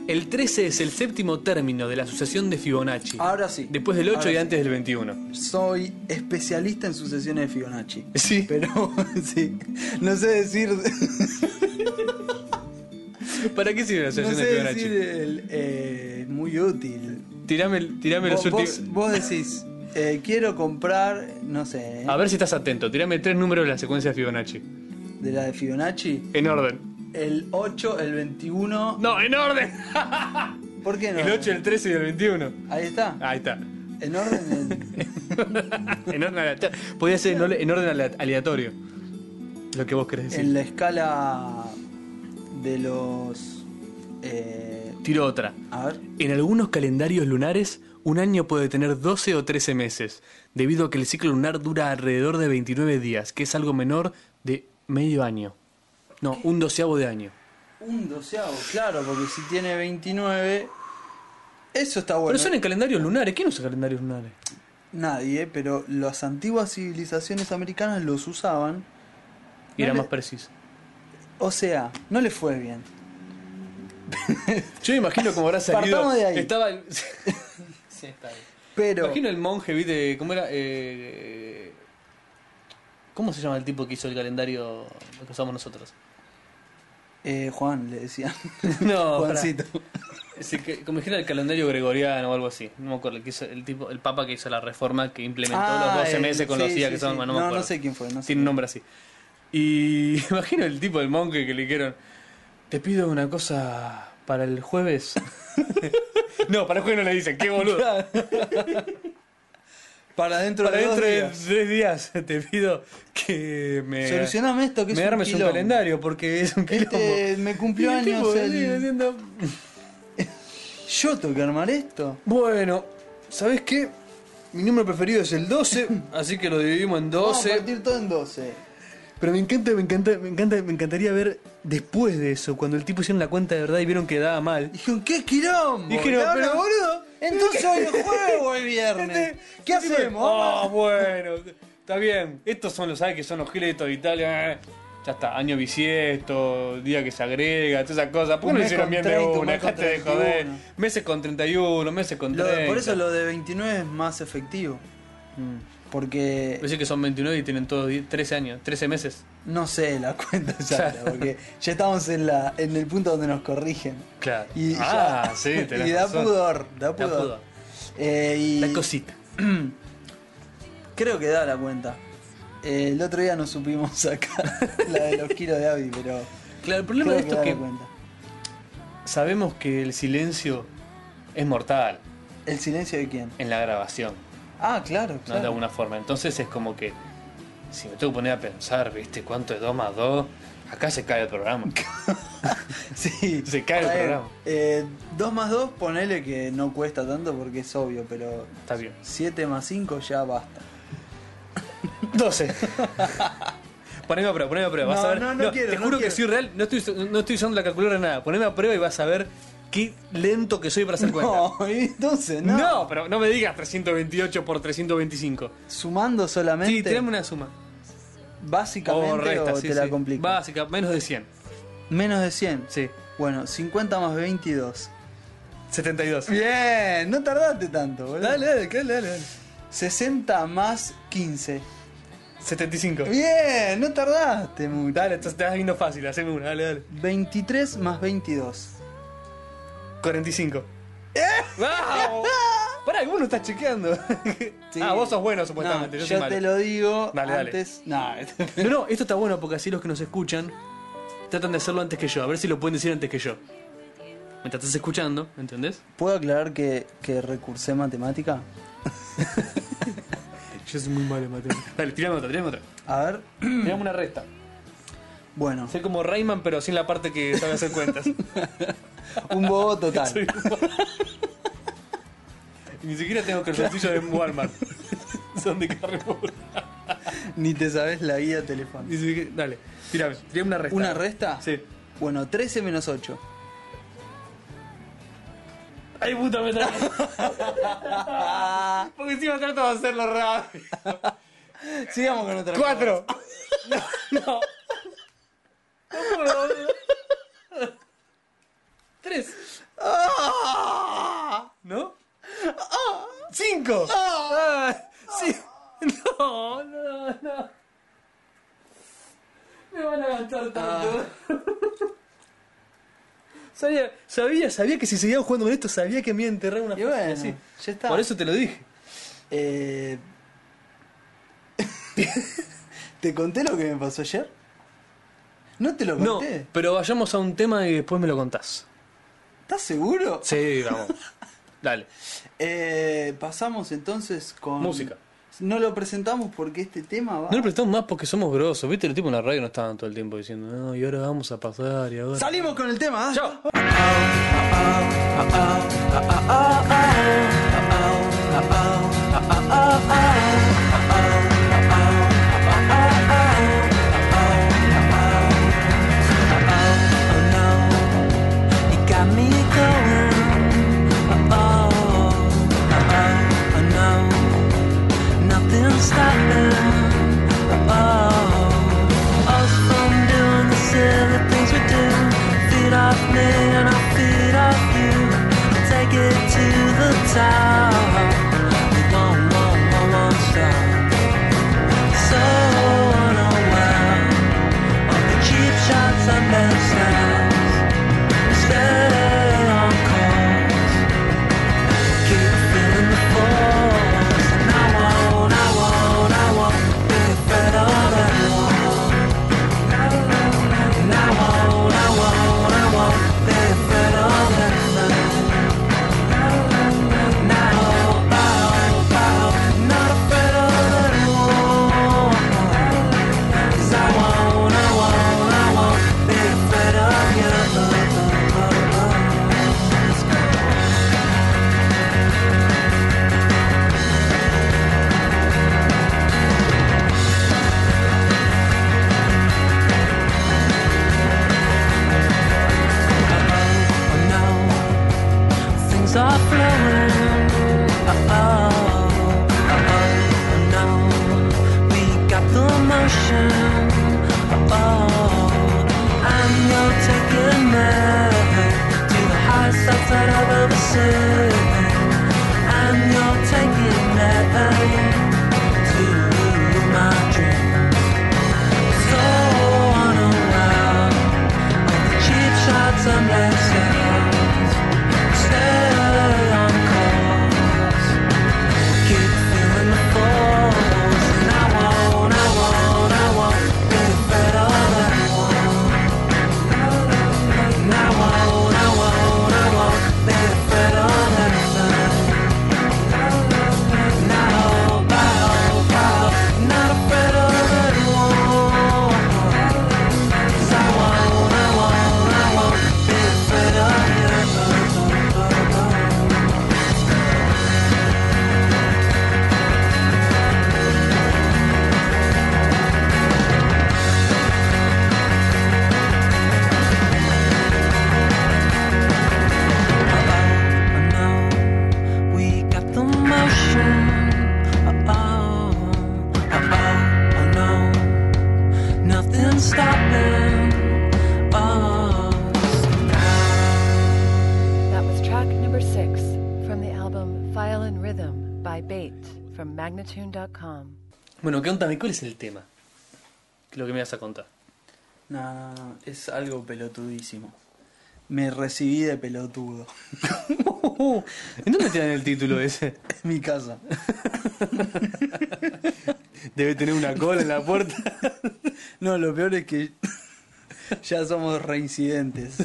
Speaker 1: El 13 es el séptimo término de la sucesión de Fibonacci.
Speaker 2: Ahora sí.
Speaker 1: Después del 8
Speaker 2: Ahora
Speaker 1: y
Speaker 2: sí.
Speaker 1: antes del 21.
Speaker 2: Soy especialista en sucesiones de Fibonacci.
Speaker 1: Sí.
Speaker 2: Pero, sí, no sé decir,
Speaker 1: ¿Para qué sirve la
Speaker 2: no
Speaker 1: sucesión
Speaker 2: sé
Speaker 1: de Fibonacci?
Speaker 2: decir el, eh, muy útil.
Speaker 1: Tirame, el- tirame
Speaker 2: Vos,
Speaker 1: los últimos.
Speaker 2: vos- vos decís, eh, quiero comprar, no sé, eh,
Speaker 1: A ver si estás atento. Tirame tres números de la secuencia de Fibonacci.
Speaker 2: de la de Fibonacci,
Speaker 1: En orden.
Speaker 2: el 8, el 21...
Speaker 1: No, en orden.
Speaker 2: ¿Por qué no?
Speaker 1: El Ah. 8, el 13 y el 21.
Speaker 2: Ahí está.
Speaker 1: Ahí está.
Speaker 2: En orden. el-
Speaker 1: En orden aleatorio. Podía ser en ole- en orden ale- aleatorio. Lo que vos querés decir.
Speaker 2: En la escala de los. eh,
Speaker 1: Tiro otra.
Speaker 2: a ver.
Speaker 1: En algunos calendarios lunares, un año puede tener 12 o 13 meses, debido a que el ciclo lunar dura alrededor de 29 días, que es algo menor de medio año. No, un doceavo de año.
Speaker 2: Un doceavo, claro, porque si tiene 29. Eso está bueno.
Speaker 1: Pero son en calendarios lunares. ¿Quién usa calendarios lunares?
Speaker 2: Nadie, pero las antiguas civilizaciones americanas los usaban.
Speaker 1: Y era
Speaker 2: No le-
Speaker 1: más preciso.
Speaker 2: O sea, no les fue bien.
Speaker 1: Yo me imagino cómo habrá salido.
Speaker 2: Partamos de ahí.
Speaker 1: Estaba. el- sí, está ahí.
Speaker 2: Pero.
Speaker 1: Imagino el monje, ¿viste? ¿Cómo era? Eh, ¿Cómo se llama el tipo que hizo el calendario que usamos nosotros?
Speaker 2: eh, Juan, le decían.
Speaker 1: No,
Speaker 2: Juancito.
Speaker 1: Sí, que- como dijera el calendario gregoriano o algo así. No me acuerdo. El, que hizo- el tipo, el papa que hizo la reforma que implementó los 12
Speaker 2: eh,
Speaker 1: meses con
Speaker 2: sí,
Speaker 1: los días
Speaker 2: sí,
Speaker 1: que son.
Speaker 2: sí.
Speaker 1: No, me
Speaker 2: no,
Speaker 1: acuerdo.
Speaker 2: sé quién fue. No sé
Speaker 1: Tiene un nombre así. Y imagino el tipo del monje que le dijeron, te pido una cosa para el jueves. no, para el jueves no le dicen, qué boludo.
Speaker 2: Para dentro
Speaker 1: Para
Speaker 2: de dos
Speaker 1: dentro de
Speaker 2: días.
Speaker 1: tres días te pido que me...
Speaker 2: Solucioname esto que
Speaker 1: me
Speaker 2: es un
Speaker 1: armes un,
Speaker 2: quilombo.
Speaker 1: calendario porque es un quilombo.
Speaker 2: Este, me
Speaker 1: Y
Speaker 2: cumplió
Speaker 1: el tipo
Speaker 2: años
Speaker 1: venía
Speaker 2: el-
Speaker 1: diciendo,
Speaker 2: Yo tengo que armar esto.
Speaker 1: Bueno, ¿sabes qué? Mi número preferido es el 12, así que lo dividimos en
Speaker 2: Vamos a
Speaker 1: 12.
Speaker 2: partir todo en 12.
Speaker 1: Pero me encanta, me encanta, me encanta, me encantaría ver después de eso, cuando el tipo hicieron la cuenta de verdad y vieron que daba mal.
Speaker 2: Dijeron, ¿qué quilombo?
Speaker 1: Dijeron,
Speaker 2: ¿Le hablan,
Speaker 1: pero-
Speaker 2: boludo. Entonces hoy es jueves o es viernes.
Speaker 1: Este-
Speaker 2: ¿Qué
Speaker 1: este tipo-
Speaker 2: hacemos?
Speaker 1: Ah, bueno, está bien. Estos son los, ¿sabes? Que son los giles estos de Italia. Eh, Ya está, año bisiesto, día que se agrega, todas esas cosas. ¿Por
Speaker 2: Un
Speaker 1: qué no lo
Speaker 2: mes
Speaker 1: hicieron
Speaker 2: con
Speaker 1: bien de
Speaker 2: 30, un
Speaker 1: una?
Speaker 2: mes con
Speaker 1: Dejate de joder.
Speaker 2: 31.
Speaker 1: Meses con 31, meses con
Speaker 2: Lo-
Speaker 1: 30.
Speaker 2: por eso lo de 29 es más efectivo.
Speaker 1: Mm.
Speaker 2: Porque
Speaker 1: Parece que son 29 y tienen todos 10 13 años, 13 meses.
Speaker 2: no sé la cuenta exacta.
Speaker 1: Claro.
Speaker 2: Porque ya estamos en, la, en el punto donde nos corrigen.
Speaker 1: Claro.
Speaker 2: Y
Speaker 1: ah,
Speaker 2: ya-
Speaker 1: sí, tenés
Speaker 2: Y da
Speaker 1: razón.
Speaker 2: pudor. Da
Speaker 1: Da
Speaker 2: pudor.
Speaker 1: pudor.
Speaker 2: Eh, y-
Speaker 1: La cosita.
Speaker 2: Creo que da la cuenta. Eh, el otro día no supimos sacar la de los kilos de Abby, pero.
Speaker 1: Claro,
Speaker 2: creo
Speaker 1: el problema de esto
Speaker 2: da
Speaker 1: es que
Speaker 2: la cuenta.
Speaker 1: sabemos que el silencio es mortal
Speaker 2: ¿El silencio de quién?
Speaker 1: en la grabación,
Speaker 2: Ah, claro,
Speaker 1: ¿no? De
Speaker 2: claro.
Speaker 1: alguna forma. Entonces es como que, si me tengo que poner a pensar, ¿viste? ¿Cuánto es 2 más 2? Acá se cae el programa.
Speaker 2: Sí.
Speaker 1: Se cae el
Speaker 2: A ver,
Speaker 1: programa.
Speaker 2: eh, 2 más 2, ponele que no cuesta tanto porque es obvio, pero
Speaker 1: Está bien.
Speaker 2: 7 más 5 ya basta.
Speaker 1: 12. Poneme a prueba, poneme a prueba. Vas
Speaker 2: No,
Speaker 1: a ver.
Speaker 2: no, no quiero,
Speaker 1: Te
Speaker 2: no
Speaker 1: juro que
Speaker 2: quiero.
Speaker 1: soy real, no estoy, no estoy usando la calculadora ni nada. Poneme a prueba y vas a ver qué lento que soy para hacer cuenta.
Speaker 2: No, entonces no.
Speaker 1: No. pero no me digas 328 por 325.
Speaker 2: Sumando
Speaker 1: Sí,
Speaker 2: solamente,
Speaker 1: tenemos una suma.
Speaker 2: básicamente
Speaker 1: O resta,
Speaker 2: o
Speaker 1: sí,
Speaker 2: te la
Speaker 1: sí.
Speaker 2: complico.
Speaker 1: Básica, menos de 100.
Speaker 2: Menos de 100.
Speaker 1: Sí.
Speaker 2: Bueno, 50 más 22.
Speaker 1: 72.
Speaker 2: Bien, no tardaste tanto, boludo.
Speaker 1: Dale, dale, dale, dale.
Speaker 2: 60 más 15.
Speaker 1: 75.
Speaker 2: Bien, no tardaste mucho.
Speaker 1: Dale, entonces te vas viendo fácil, haceme una, dale, dale.
Speaker 2: 23 más 22.
Speaker 1: 45. ¡Wow! ¡Eh! Pará, vos no estás chequeando.
Speaker 2: Sí.
Speaker 1: Ah, vos sos bueno,
Speaker 2: No,
Speaker 1: supuestamente.
Speaker 2: yo
Speaker 1: yo soy
Speaker 2: te
Speaker 1: malo.
Speaker 2: lo digo
Speaker 1: Dale, dale.
Speaker 2: antes. Dale. No,
Speaker 1: No, no, esto está bueno porque así los que nos escuchan tratan de hacerlo antes que yo, a ver si lo pueden decir antes que yo. Mientras estás escuchando, ¿entendés?
Speaker 2: ¿Puedo aclarar que, que recursé matemática?
Speaker 1: Yo soy muy malo en matemáticas. Dale, tirame otra, tirame otra.
Speaker 2: A ver.
Speaker 1: Tirame una resta.
Speaker 2: Bueno,
Speaker 1: Soy como Rayman, pero sin la parte que sabe hacer cuentas.
Speaker 2: un bobo total.
Speaker 1: Soy Y Ni siquiera tengo calzoncillos de Walmart. Son de Carrefour.
Speaker 2: Ni te sabes la guía telefónica.
Speaker 1: Ni siquiera- Dale, tirame, tirame una resta.
Speaker 2: ¿Una resta?
Speaker 1: Sí.
Speaker 2: Bueno, 13 menos 8.
Speaker 1: ¡Ay, puta, me trae! Porque encima trato de hacerlo rápido.
Speaker 2: Sigamos con otra.
Speaker 1: ¡Cuatro! No, no. No puedo, boludo. Tres.
Speaker 2: ¡Ah!
Speaker 1: ¿No? ¡Cinco! Ah, sí. No, no, no. Me van a gastar tanto.
Speaker 2: Ah.
Speaker 1: Sabía, sabía, sabía que si seguían jugando con esto, sabía que me iba a enterrar una
Speaker 2: Y
Speaker 1: fácil
Speaker 2: bueno,
Speaker 1: así.
Speaker 2: ya está.
Speaker 1: Por eso te lo dije.
Speaker 2: Eh, ¿Te conté lo que me pasó ayer? ¿No te lo
Speaker 1: No,
Speaker 2: conté?
Speaker 1: pero vayamos a un tema y después me lo contás.
Speaker 2: ¿Estás seguro?
Speaker 1: Sí, vamos. Dale.
Speaker 2: Eh, pasamos entonces con.
Speaker 1: Música.
Speaker 2: No lo presentamos porque este tema va.
Speaker 1: No le prestamos más porque somos grosos. Viste, los tipos en la radio no estaban todo el tiempo diciendo, no, y ahora vamos a pasar y ahora.
Speaker 2: Salimos con el tema. ¿ah?
Speaker 1: ¡Chao!
Speaker 3: You got me going. Oh, oh, oh, oh no. Nothing's stopping. Oh, oh, us from doing the silly things we do. Feet off me and our feet off you. Take it to the top. We won't, won't, won't, won't stop. So unaware of the cheap shots and themselves. Instead on calls Keep feeling the force And I won't, I won't, I won't Be better than one ocean. Oh, I'm your ticket man to the highest heights that I've ever seen. I'm your ticket man to my dream. So unaware of the cheap shots and their sales. Stay on course. Keep feeling the force, and I won't, I won't, I won't be better than one. And I won't, I won't, I won't be better than none. And I hope, I hope, I hope not a better than one. 'Cause I won't, I won't, I won't be better than none.
Speaker 4: That was track number six from the album File and Rhythm by Bait from Magnatune.com.
Speaker 1: Bueno, contame, ¿cuál es el tema? Que es lo que me vas a contar.
Speaker 2: No, no, no, es algo pelotudísimo. Me recibí de pelotudo.
Speaker 1: ¿En dónde te dan el título ese?
Speaker 2: En mi casa.
Speaker 1: Debe tener una cola en la puerta.
Speaker 2: No, lo peor es que ya somos reincidentes.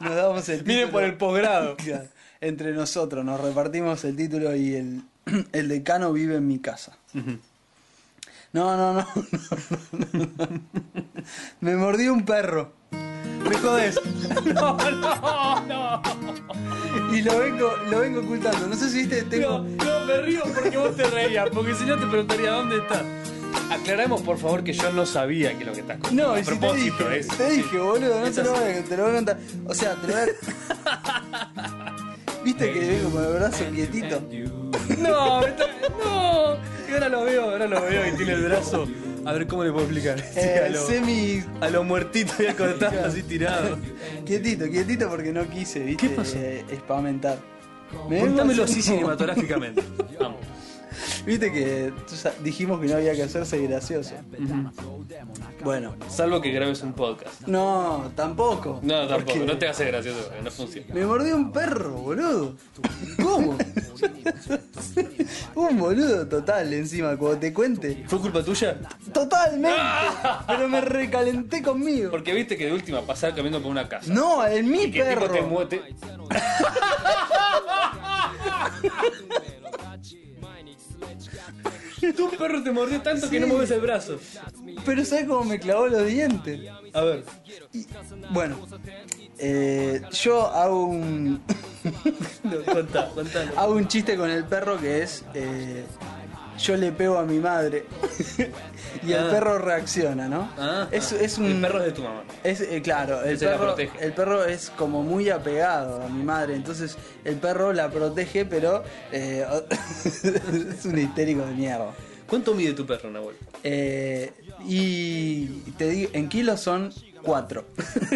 Speaker 2: Nos damos el título.
Speaker 1: Miren por el posgrado.
Speaker 2: Claro. Entre nosotros nos repartimos el título y el, el decano vive en mi casa. No, no, no. no, no, no. Me mordió un perro. Me jodés.
Speaker 1: No, no, no.
Speaker 2: Y lo vengo, lo vengo ocultando. No sé si viste,
Speaker 1: No,
Speaker 2: tengo.
Speaker 1: no, me río porque vos te reías, porque si no te preguntaría dónde estás. Aclaremos por favor que yo no sabía que lo que estás contando.
Speaker 2: No,
Speaker 1: a
Speaker 2: y si te
Speaker 1: propósito
Speaker 2: dije,
Speaker 1: es.
Speaker 2: te dije, boludo, no
Speaker 1: Es
Speaker 2: te lo,
Speaker 1: así.
Speaker 2: voy a, te lo voy a contar. O sea, te lo voy a... Viste que vengo con el brazo quietito. Eh,
Speaker 1: No, me está- no. Y ahora lo veo, ahora lo veo y tiene el brazo. A ver cómo le puedo explicar. Sí,
Speaker 2: Eh,
Speaker 1: a, lo,
Speaker 2: semi
Speaker 1: a lo muertito y a cortar así tirado.
Speaker 2: quietito, quietito porque no quise, viste,
Speaker 1: ¿Qué pasó?
Speaker 2: eh, espamentar. Me vengo
Speaker 1: Contámelo así
Speaker 2: haciendo-
Speaker 1: cinematográficamente. Vamos.
Speaker 2: Viste que tú sa- dijimos que no había que hacerse gracioso. Bueno,
Speaker 1: Salvo que grabes un podcast.
Speaker 2: no, tampoco.
Speaker 1: No, tampoco,
Speaker 2: porque
Speaker 1: no te hagas gracioso, porque no funciona.
Speaker 2: Me mordió un perro, boludo. ¿Cómo? un boludo total encima, cuando te cuente.
Speaker 1: ¿Fue culpa tuya?
Speaker 2: Totalmente. Pero me recalenté conmigo.
Speaker 1: Porque viste que de última pasar caminando por una casa.
Speaker 2: No, en mi
Speaker 1: Que el tipo te
Speaker 2: perro.
Speaker 1: mue- te- Tu perro te mordió tanto que no
Speaker 2: Sí.
Speaker 1: mueves el brazo.
Speaker 2: Pero ¿sabes cómo me clavó los dientes?
Speaker 1: A ver.
Speaker 2: Bueno, eh, yo hago un,
Speaker 1: No, contá, contá.
Speaker 2: hago un chiste con el perro que es... eh, yo le pego a mi madre y el
Speaker 1: Ah.
Speaker 2: perro reacciona, ¿no?
Speaker 1: Ah,
Speaker 2: es,
Speaker 1: ah.
Speaker 2: es un...
Speaker 1: El perro es de tu mamá.
Speaker 2: Es, eh, claro, el
Speaker 1: Esa la
Speaker 2: perro,
Speaker 1: protege.
Speaker 2: el perro es como muy apegado a mi madre, entonces el perro la protege, pero eh, es un histérico de mierda.
Speaker 1: ¿Cuánto mide tu perro, Nahuel?
Speaker 2: Eh, y te digo, en kilos son cuatro.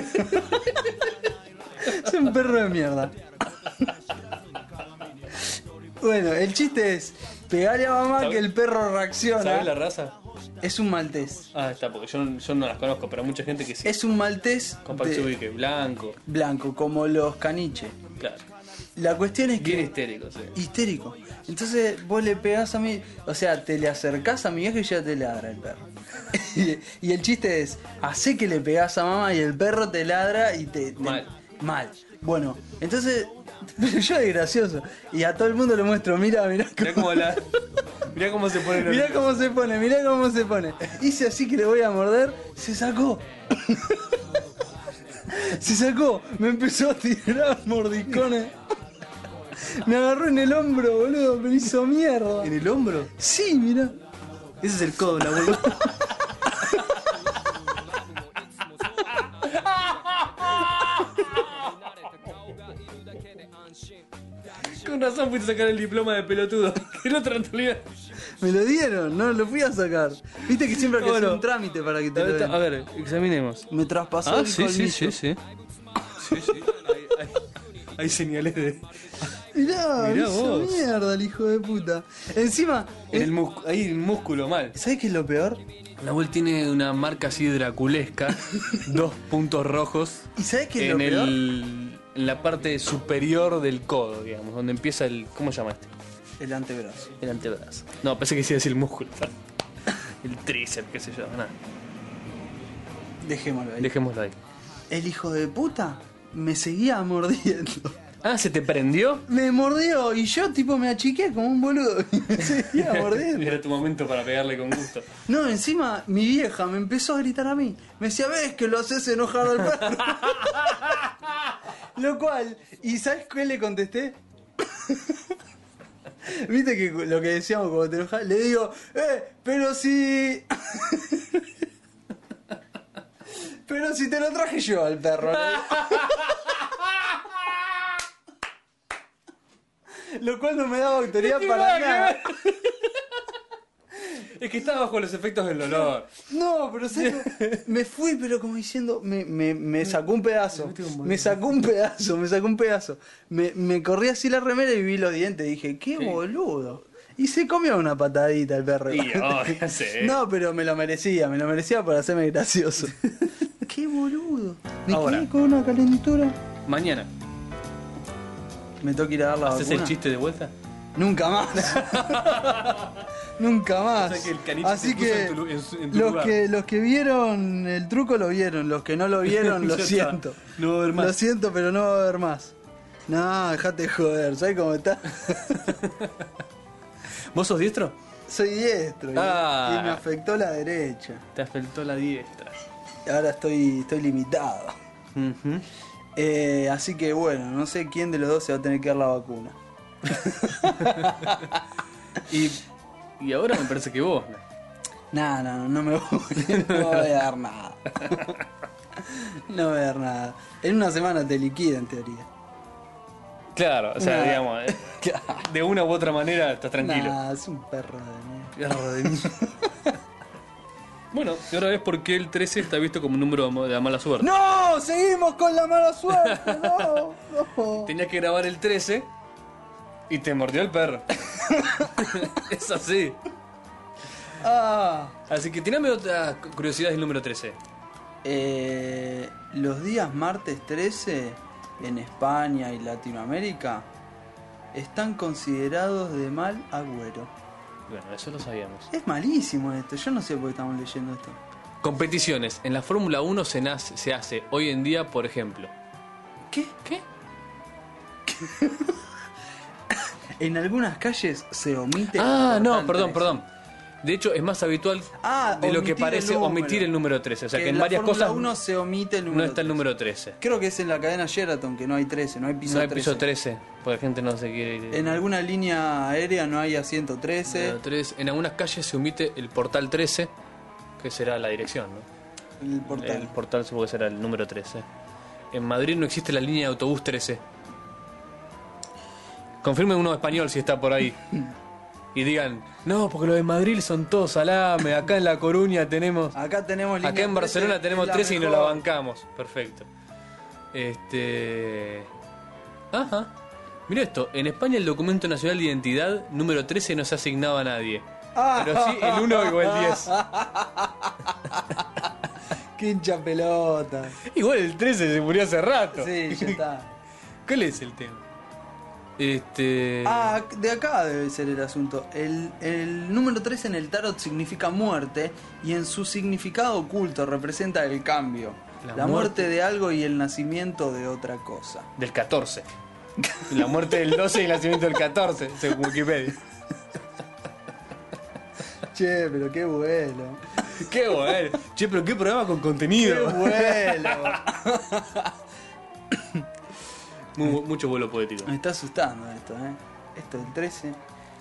Speaker 2: es un perro de mierda. bueno, el chiste es pegarle a mamá
Speaker 1: ¿Sabe-
Speaker 2: que el perro reacciona.
Speaker 1: ¿Sabes la raza?
Speaker 2: Es un maltés.
Speaker 1: Ah, está, porque yo, yo no las conozco, pero mucha gente que sí.
Speaker 2: Es un maltés
Speaker 1: Con
Speaker 2: de-
Speaker 1: Pachubique, blanco,
Speaker 2: blanco, como los caniche.
Speaker 1: claro.
Speaker 2: La cuestión es
Speaker 1: Bien
Speaker 2: que
Speaker 1: histérico, sí.
Speaker 2: histérico. Entonces vos le pegás a mí, o sea, te le acercás a mi viejo y ya te ladra el perro. y, y el chiste es, hace que le pegás a mamá y el perro te ladra y te... te-
Speaker 1: Mal.
Speaker 2: mal. Bueno, entonces, pero yo es gracioso. Y a todo el mundo le muestro, mira, mira
Speaker 1: Mirá cómo la. Mirá cómo se pone
Speaker 2: Mirá cómo se pone, mirá cómo se pone. Hice así que le voy a morder, se sacó. Se sacó, me empezó a tirar mordiscones. Me agarró en el hombro, boludo, me hizo mierda.
Speaker 1: el hombro?
Speaker 2: Sí, mirá.
Speaker 1: Ese es el codo, la boludo. Con razón fuiste a sacar el diploma de pelotudo. Que no tranquilidad.
Speaker 2: Me lo dieron, no lo fui a sacar. Viste que siempre hay que hacer
Speaker 1: Bueno.
Speaker 2: un trámite para que te lo
Speaker 1: A
Speaker 2: den.
Speaker 1: ver, examinemos.
Speaker 2: Me traspasó
Speaker 1: Ah,
Speaker 2: el
Speaker 1: sí, sí,
Speaker 2: colmillo.
Speaker 1: sí, sí. Sí, sí. Hay, hay- hay señales de.
Speaker 2: Mirá,
Speaker 1: Mirá
Speaker 2: me hizo
Speaker 1: vos.
Speaker 2: mierda el hijo de puta. Encima,
Speaker 1: En el músculo, ahí el músculo mal.
Speaker 2: ¿sabes qué es lo peor?
Speaker 1: Nahuel tiene una marca así draculesca, dos puntos rojos
Speaker 2: ¿Y sabes qué es
Speaker 1: en,
Speaker 2: lo peor?
Speaker 1: el, en la parte superior del codo, digamos, donde empieza el. ¿Cómo se llama este?
Speaker 2: El antebrazo.
Speaker 1: El antebrazo. No, pensé que quisiera decir el músculo. El tríceps, qué sé yo. Nada,
Speaker 2: Dejémoslo ahí.
Speaker 1: dejémoslo ahí.
Speaker 2: El hijo de puta me seguía mordiendo.
Speaker 1: Ah, ¿se te prendió?
Speaker 2: Me mordió y yo tipo me achiqué como un boludo y me seguía mordiendo.
Speaker 1: Era tu momento para pegarle con gusto.
Speaker 2: No, encima mi vieja me empezó a gritar a mí. Me decía, ves que lo haces enojar al perro. lo cual, ¿y sabes qué le contesté? Viste que lo que decíamos cuando te enojas, le digo, eh, pero si... pero si te lo traje yo al perro. le digo. Lo cual no me daba autoridad para nada.
Speaker 1: Es que está bajo los efectos del dolor.
Speaker 2: No, pero ¿sabes? me fui, pero como diciendo, me, me, me sacó un pedazo, me sacó un pedazo, me sacó un pedazo. Me, me corrí así la remera y vi los dientes. Dije, qué boludo. Y se comió una patadita el perro.
Speaker 1: Y, oh, ya sé.
Speaker 2: No, pero me lo merecía, me lo merecía para hacerme gracioso. qué boludo. Me
Speaker 1: Ahora.
Speaker 2: quedé con una calentura.
Speaker 1: Mañana,
Speaker 2: Me toca ir a dar la
Speaker 1: ¿haces el
Speaker 2: vacuna.
Speaker 1: chiste de vuelta?
Speaker 2: Nunca más. Nunca más.
Speaker 1: O sea que el caniche
Speaker 2: Así
Speaker 1: se puso
Speaker 2: que,
Speaker 1: en tu lu- en su- en tu
Speaker 2: los
Speaker 1: lugar.
Speaker 2: que los que vieron el truco lo vieron, los que no lo vieron lo
Speaker 1: Ya está.
Speaker 2: siento.
Speaker 1: No va a haber más.
Speaker 2: Lo siento, pero no va a haber más. No, dejate de joder, ¿sabes cómo está?
Speaker 1: ¿Vos sos diestro?
Speaker 2: Soy diestro y-
Speaker 1: Ah.
Speaker 2: y me afectó la derecha.
Speaker 1: Te afectó la diestra.
Speaker 2: Ahora estoy estoy limitado. Eh, así que bueno, no sé quién de los dos se va a tener que dar la vacuna.
Speaker 1: y, y ahora me parece que vos.
Speaker 2: No, no, no me voy, no voy a dar nada. No voy a dar nada. En una semana te liquida en teoría.
Speaker 1: Claro, o sea,
Speaker 2: Nah.
Speaker 1: digamos, eh,
Speaker 2: Claro.
Speaker 1: de una u otra manera estás tranquilo.
Speaker 2: Nah, es un perro de mierda.
Speaker 1: Perro de mierda. bueno, y ahora ves por qué el 13 está visto como un número de la mala suerte.
Speaker 2: ¡No! ¡Seguimos con la mala suerte! ¡No! no.
Speaker 1: Tenías que grabar el 13 y te mordió el perro. es así.
Speaker 2: Ah.
Speaker 1: Así que tirame otras cu- curiosidades del número 13.
Speaker 2: Eh, los días martes 13 en España y Latinoamérica están considerados de mal agüero.
Speaker 1: Bueno, eso lo sabíamos.
Speaker 2: Es malísimo esto, yo no sé por qué estamos leyendo esto.
Speaker 1: Competiciones. En la Fórmula 1 se, nace- se hace hoy en día, por ejemplo.
Speaker 2: ¿Qué?
Speaker 1: ¿Qué?
Speaker 2: En algunas calles se omite.
Speaker 1: Ah,
Speaker 2: el
Speaker 1: no,
Speaker 2: portal 13.
Speaker 1: perdón, perdón. De hecho, es más habitual
Speaker 2: Ah,
Speaker 1: de lo que
Speaker 2: omitir
Speaker 1: parece
Speaker 2: el número.
Speaker 1: omitir el número 13. O sea, que, en
Speaker 2: la
Speaker 1: varias
Speaker 2: Fórmula
Speaker 1: cosas
Speaker 2: 1 se omite el número.
Speaker 1: no está el
Speaker 2: 13.
Speaker 1: número 13.
Speaker 2: Creo que es en la cadena Sheraton que no hay 13, no hay piso
Speaker 1: no hay
Speaker 2: 13.
Speaker 1: piso 13, porque la gente no se quiere ir.
Speaker 2: En alguna línea aérea no hay asiento 13.
Speaker 1: Número 13. En algunas calles se omite el portal 13, que será la dirección, ¿no?
Speaker 2: El portal.
Speaker 1: El portal supongo que será el número 13. En Madrid no existe la línea de autobús 13. Confirme uno español si está por ahí. Y digan, no, porque los de Madrid son todos salame, acá en La Coruña tenemos...
Speaker 2: Acá tenemos línea
Speaker 1: Acá
Speaker 2: 13,
Speaker 1: en Barcelona
Speaker 2: es
Speaker 1: tenemos
Speaker 2: la
Speaker 1: 13 y nos la
Speaker 2: mejor.
Speaker 1: bancamos. Perfecto. Este... Ajá. Mira esto, en España el documento nacional de identidad número 13 no se asignaba a nadie. Pero sí
Speaker 2: Ah,
Speaker 1: el 1 o el 10.
Speaker 2: ¡Qué hincha pelota!
Speaker 1: Igual el 13 se murió hace rato.
Speaker 2: Sí, ya está.
Speaker 1: ¿Cuál es el tema? Este.
Speaker 2: Ah, de acá debe ser el asunto. El, el número 13 en el tarot significa muerte y en su significado oculto representa el cambio.
Speaker 1: La
Speaker 2: La, muerte.
Speaker 1: muerte.
Speaker 2: de algo y el nacimiento de otra cosa.
Speaker 1: Del 14. La muerte del 12 y el nacimiento del 14, según Wikipedia.
Speaker 2: Che, pero qué vuelo.
Speaker 1: Qué bueno. Che, pero qué programa con
Speaker 2: ¡Qué
Speaker 1: contenido.
Speaker 2: vuelo!
Speaker 1: Mu- mucho vuelo poético.
Speaker 2: Me está asustando esto, ¿eh? Esto del 13.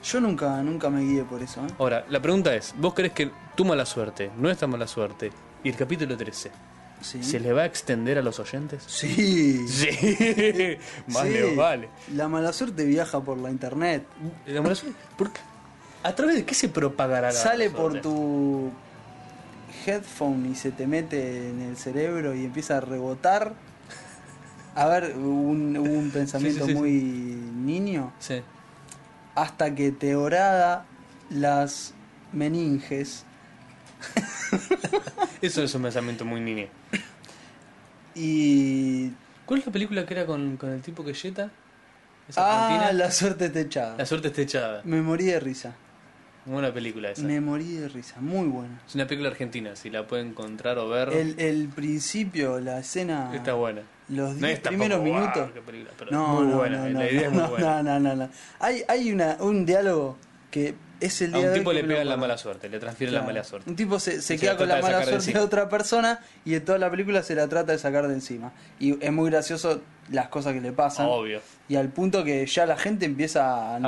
Speaker 2: Yo nunca, nunca me guié por eso, ¿eh?
Speaker 1: Ahora, la pregunta es: ¿vos crees que tu mala suerte, nuestra mala suerte y el capítulo 13
Speaker 2: Sí.
Speaker 1: ¿se le va a extender a los oyentes?
Speaker 2: Sí.
Speaker 1: Sí, más
Speaker 2: Sí.
Speaker 1: les vale.
Speaker 2: La mala suerte viaja por la internet.
Speaker 1: La mala suerte, ¿por qué? ¿A través de qué se propagará la
Speaker 2: Sale
Speaker 1: mala
Speaker 2: por
Speaker 1: suerte?
Speaker 2: tu headphone y se te mete en el cerebro y empieza a rebotar. A ver, un, un pensamiento
Speaker 1: sí, sí.
Speaker 2: muy niño.
Speaker 1: Sí.
Speaker 2: Hasta que te horada las meninges
Speaker 1: Eso es un pensamiento muy niño.
Speaker 2: y...
Speaker 1: ¿Cuál es la película que era con, con el tipo que yeta? ¿Es
Speaker 2: Ah,
Speaker 1: argentina?
Speaker 2: la suerte te echada.
Speaker 1: La suerte está echada.
Speaker 2: Me morí de risa.
Speaker 1: Buena película esa.
Speaker 2: Me morí de risa. Muy buena.
Speaker 1: Es una película argentina, si la pueden encontrar o ver,
Speaker 2: El, el principio, la escena...
Speaker 1: está buena.
Speaker 2: Los
Speaker 1: No
Speaker 2: diez
Speaker 1: es tampoco, ah,
Speaker 2: primeros
Speaker 1: "Guau,
Speaker 2: minutos.
Speaker 1: qué película", pero
Speaker 2: No,
Speaker 1: muy
Speaker 2: no,
Speaker 1: buena,
Speaker 2: no,
Speaker 1: eh,
Speaker 2: no,
Speaker 1: la idea es
Speaker 2: no,
Speaker 1: muy buena.
Speaker 2: no, no, no, no. Hay, hay una, un diálogo que es el
Speaker 1: A
Speaker 2: día
Speaker 1: un
Speaker 2: de
Speaker 1: tipo
Speaker 2: hoy
Speaker 1: le
Speaker 2: que me lo
Speaker 1: pegan la
Speaker 2: acuerdo.
Speaker 1: mala suerte, le transfieren
Speaker 2: Claro.
Speaker 1: la mala suerte.
Speaker 2: Un tipo se, se
Speaker 1: Y se
Speaker 2: queda
Speaker 1: la
Speaker 2: con la
Speaker 1: trata de
Speaker 2: mala
Speaker 1: sacar de
Speaker 2: suerte de
Speaker 1: encima.
Speaker 2: otra persona y en toda la película se la trata de sacar de encima. Y es muy gracioso las cosas que le pasan.
Speaker 1: Obvio.
Speaker 2: Y al punto que ya la gente empieza a, a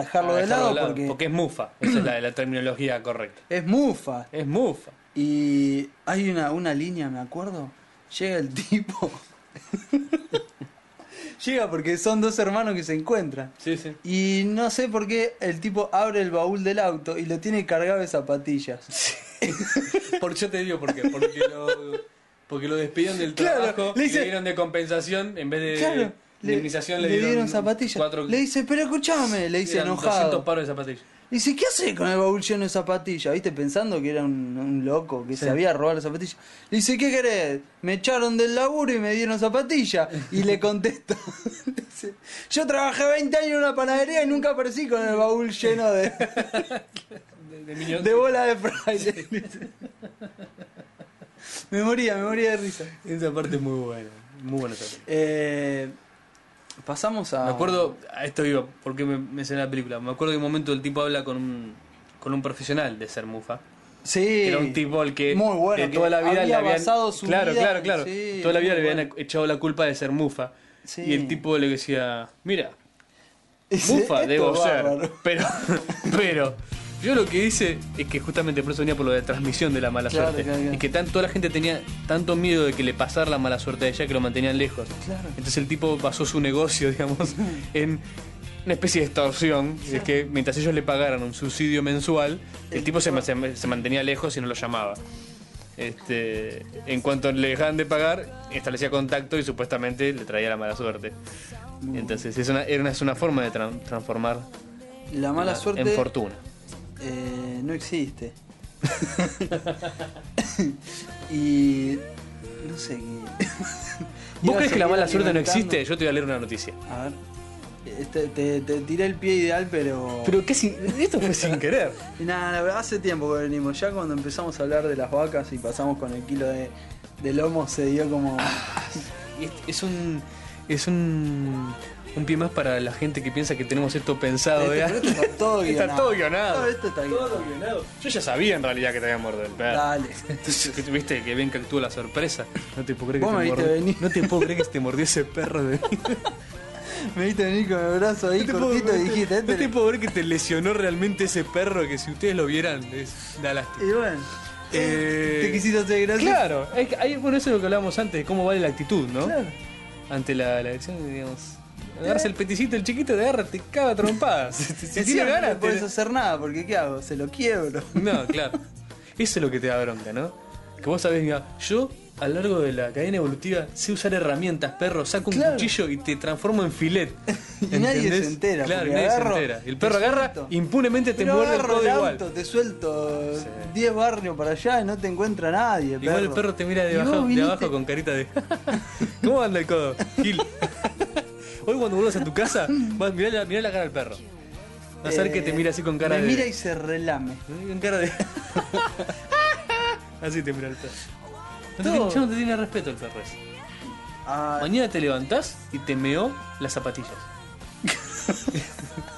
Speaker 2: dejarlo
Speaker 1: A
Speaker 2: de
Speaker 1: dejarlo
Speaker 2: lado,
Speaker 1: de lado,
Speaker 2: porque,
Speaker 1: es mufa, esa es la, la terminología correcta.
Speaker 2: es mufa.
Speaker 1: Es mufa.
Speaker 2: Y hay una, una línea, me acuerdo. Llega el tipo. Llega porque son dos hermanos que se encuentran.
Speaker 1: Sí, sí.
Speaker 2: Y no sé por qué el tipo abre el baúl del auto y lo tiene cargado de zapatillas.
Speaker 1: Por, yo te digo por qué, porque lo, porque lo despidieron del
Speaker 2: Claro,
Speaker 1: trabajo,
Speaker 2: le
Speaker 1: le,
Speaker 2: dice-
Speaker 1: dieron de compensación, en vez de
Speaker 2: Claro.
Speaker 1: de indemnización le,
Speaker 2: le dieron zapatillas.
Speaker 1: cuatro-
Speaker 2: Le dice, pero escúchame, le dice
Speaker 1: eran
Speaker 2: enojado.
Speaker 1: 200 paros de zapatillas.
Speaker 2: Le dice, ¿qué hace con el baúl lleno de zapatillas? ¿Viste? Pensando que era un, un loco, que
Speaker 1: Sí.
Speaker 2: se había robado las zapatillas. Le dice, ¿qué querés? Me echaron del laburo y me dieron zapatillas. Y le contesta, dice, yo trabajé 20 años en una panadería y nunca aparecí con el baúl lleno de,
Speaker 1: De, de millones.
Speaker 2: de bola de fraile. Me moría, me moría de risa.
Speaker 1: Esa parte es muy buena. Muy buena esa película.
Speaker 2: Eh, pasamos a...
Speaker 1: Me acuerdo, a esto iba, porque me mencioné la película. Me acuerdo que en un momento el tipo habla con un, con un profesional de ser mufa.
Speaker 2: Sí.
Speaker 1: Que Era un tipo al que,
Speaker 2: Muy bueno,
Speaker 1: que
Speaker 2: que
Speaker 1: toda la vida
Speaker 2: había
Speaker 1: le habían
Speaker 2: basado su
Speaker 1: claro,
Speaker 2: vida
Speaker 1: claro,
Speaker 2: en-
Speaker 1: claro.
Speaker 2: sí,
Speaker 1: toda la vida
Speaker 2: muy
Speaker 1: le habían
Speaker 2: bueno.
Speaker 1: echado la culpa de ser mufa.
Speaker 2: Sí.
Speaker 1: Y el tipo le decía, mira,
Speaker 2: Dice,
Speaker 1: mufa
Speaker 2: "Esto
Speaker 1: debo
Speaker 2: es
Speaker 1: ser.
Speaker 2: bárbaro".
Speaker 1: Pero, pero, yo lo que hice es que justamente por eso venía por lo de transmisión de la mala
Speaker 2: Claro,
Speaker 1: suerte.
Speaker 2: claro, claro.
Speaker 1: Y que tan- toda la gente tenía tanto miedo de que le pasara la mala suerte a ella que lo mantenían lejos.
Speaker 2: Claro.
Speaker 1: Entonces el tipo basó su negocio, digamos, en una especie de extorsión. Y es que mientras ellos le pagaran un subsidio mensual, el,
Speaker 2: El
Speaker 1: tipo se,
Speaker 2: tipo-
Speaker 1: ma- se ma- se mantenía lejos y no lo llamaba. Este, en cuanto le dejaban de pagar, establecía contacto y supuestamente le traía la mala suerte. Entonces es una, era una- es una forma de tran- transformar
Speaker 2: La mala
Speaker 1: la-
Speaker 2: suerte...
Speaker 1: en fortuna.
Speaker 2: Eh, no existe. y. No sé qué.
Speaker 1: ¿Vos crees que la mala suerte no
Speaker 2: Alimentando.
Speaker 1: existe? Yo te voy a leer una noticia.
Speaker 2: A ver. Este, te, te tiré el pie ideal, pero.
Speaker 1: Pero qué sin- esto fue sin querer.
Speaker 2: Nada, la verdad, hace tiempo que venimos. Ya cuando empezamos a hablar de las vacas y pasamos con el kilo de, de lomo, se dio como.
Speaker 1: Ah. Y es, es un es un un pie más para la gente que piensa que tenemos esto pensado.
Speaker 2: Este-
Speaker 1: ¿eh?
Speaker 2: pero esto está todo
Speaker 1: Está
Speaker 2: guionado.
Speaker 1: todo guionado.
Speaker 2: Todo esto está guionado.
Speaker 1: Yo ya sabía en realidad que te había mordido el perro.
Speaker 2: Dale.
Speaker 1: Viste que bien que actuó la sorpresa. No te puedo creer que
Speaker 2: Vos
Speaker 1: te
Speaker 2: me viste
Speaker 1: mordió-
Speaker 2: venir.
Speaker 1: No te puedo creer que te mordió ese perro de mí.
Speaker 2: Me viste venir con el brazo ahí
Speaker 1: No te puedo-
Speaker 2: cortito y
Speaker 1: no te-
Speaker 2: dijiste.
Speaker 1: No
Speaker 2: este-
Speaker 1: te puedo creer que te lesionó realmente ese perro que si ustedes lo vieran es da lástima.
Speaker 2: Y bueno.
Speaker 1: Eh,
Speaker 2: Te quisiste hacer gracia.
Speaker 1: Claro, es que hay- bueno, eso es lo que hablábamos antes, de cómo vale la actitud, ¿no?
Speaker 2: Claro. Eh.
Speaker 1: Ante la, la elección, digamos. Agarras el peticito, el chiquito de agarra, te caga trompadas. si
Speaker 2: Si
Speaker 1: si tiene ganas,
Speaker 2: no
Speaker 1: te-
Speaker 2: puedes hacer nada, porque ¿qué hago? Se lo quiebro.
Speaker 1: No, claro. Eso es lo que te da bronca, ¿no? Que vos sabés, mira, yo a lo largo de la cadena evolutiva sé usar herramientas, perro, saco un
Speaker 2: Claro.
Speaker 1: cuchillo y te transformo en filet.
Speaker 2: Y nadie se entera,
Speaker 1: Claro,
Speaker 2: porque
Speaker 1: nadie
Speaker 2: agarro,
Speaker 1: se entera. El perro
Speaker 2: te
Speaker 1: agarra,
Speaker 2: suelto.
Speaker 1: impunemente te
Speaker 2: Pero
Speaker 1: muerde
Speaker 2: agarro
Speaker 1: todo
Speaker 2: el
Speaker 1: igual.
Speaker 2: auto, te suelto
Speaker 1: Sí.
Speaker 2: 10 barrios para allá y no te encuentra nadie.
Speaker 1: Igual el perro te mira
Speaker 2: Y
Speaker 1: de,
Speaker 2: vos
Speaker 1: abajo, de
Speaker 2: viniste-
Speaker 1: abajo con carita de. ¿Cómo anda el codo? Gil. Hoy cuando vuelvas a tu casa, vas, mirá, la, mirá la cara al perro. Va a ser que
Speaker 2: Eh,
Speaker 1: te mira así con cara
Speaker 2: me
Speaker 1: de.
Speaker 2: mira y se relame.
Speaker 1: Con cara de. así te mira el perro. No te
Speaker 2: Todo.
Speaker 1: tiene- ya no te tiene respeto el perro ese.
Speaker 2: Ah,
Speaker 1: Mañana te levantás y te meó las zapatillas.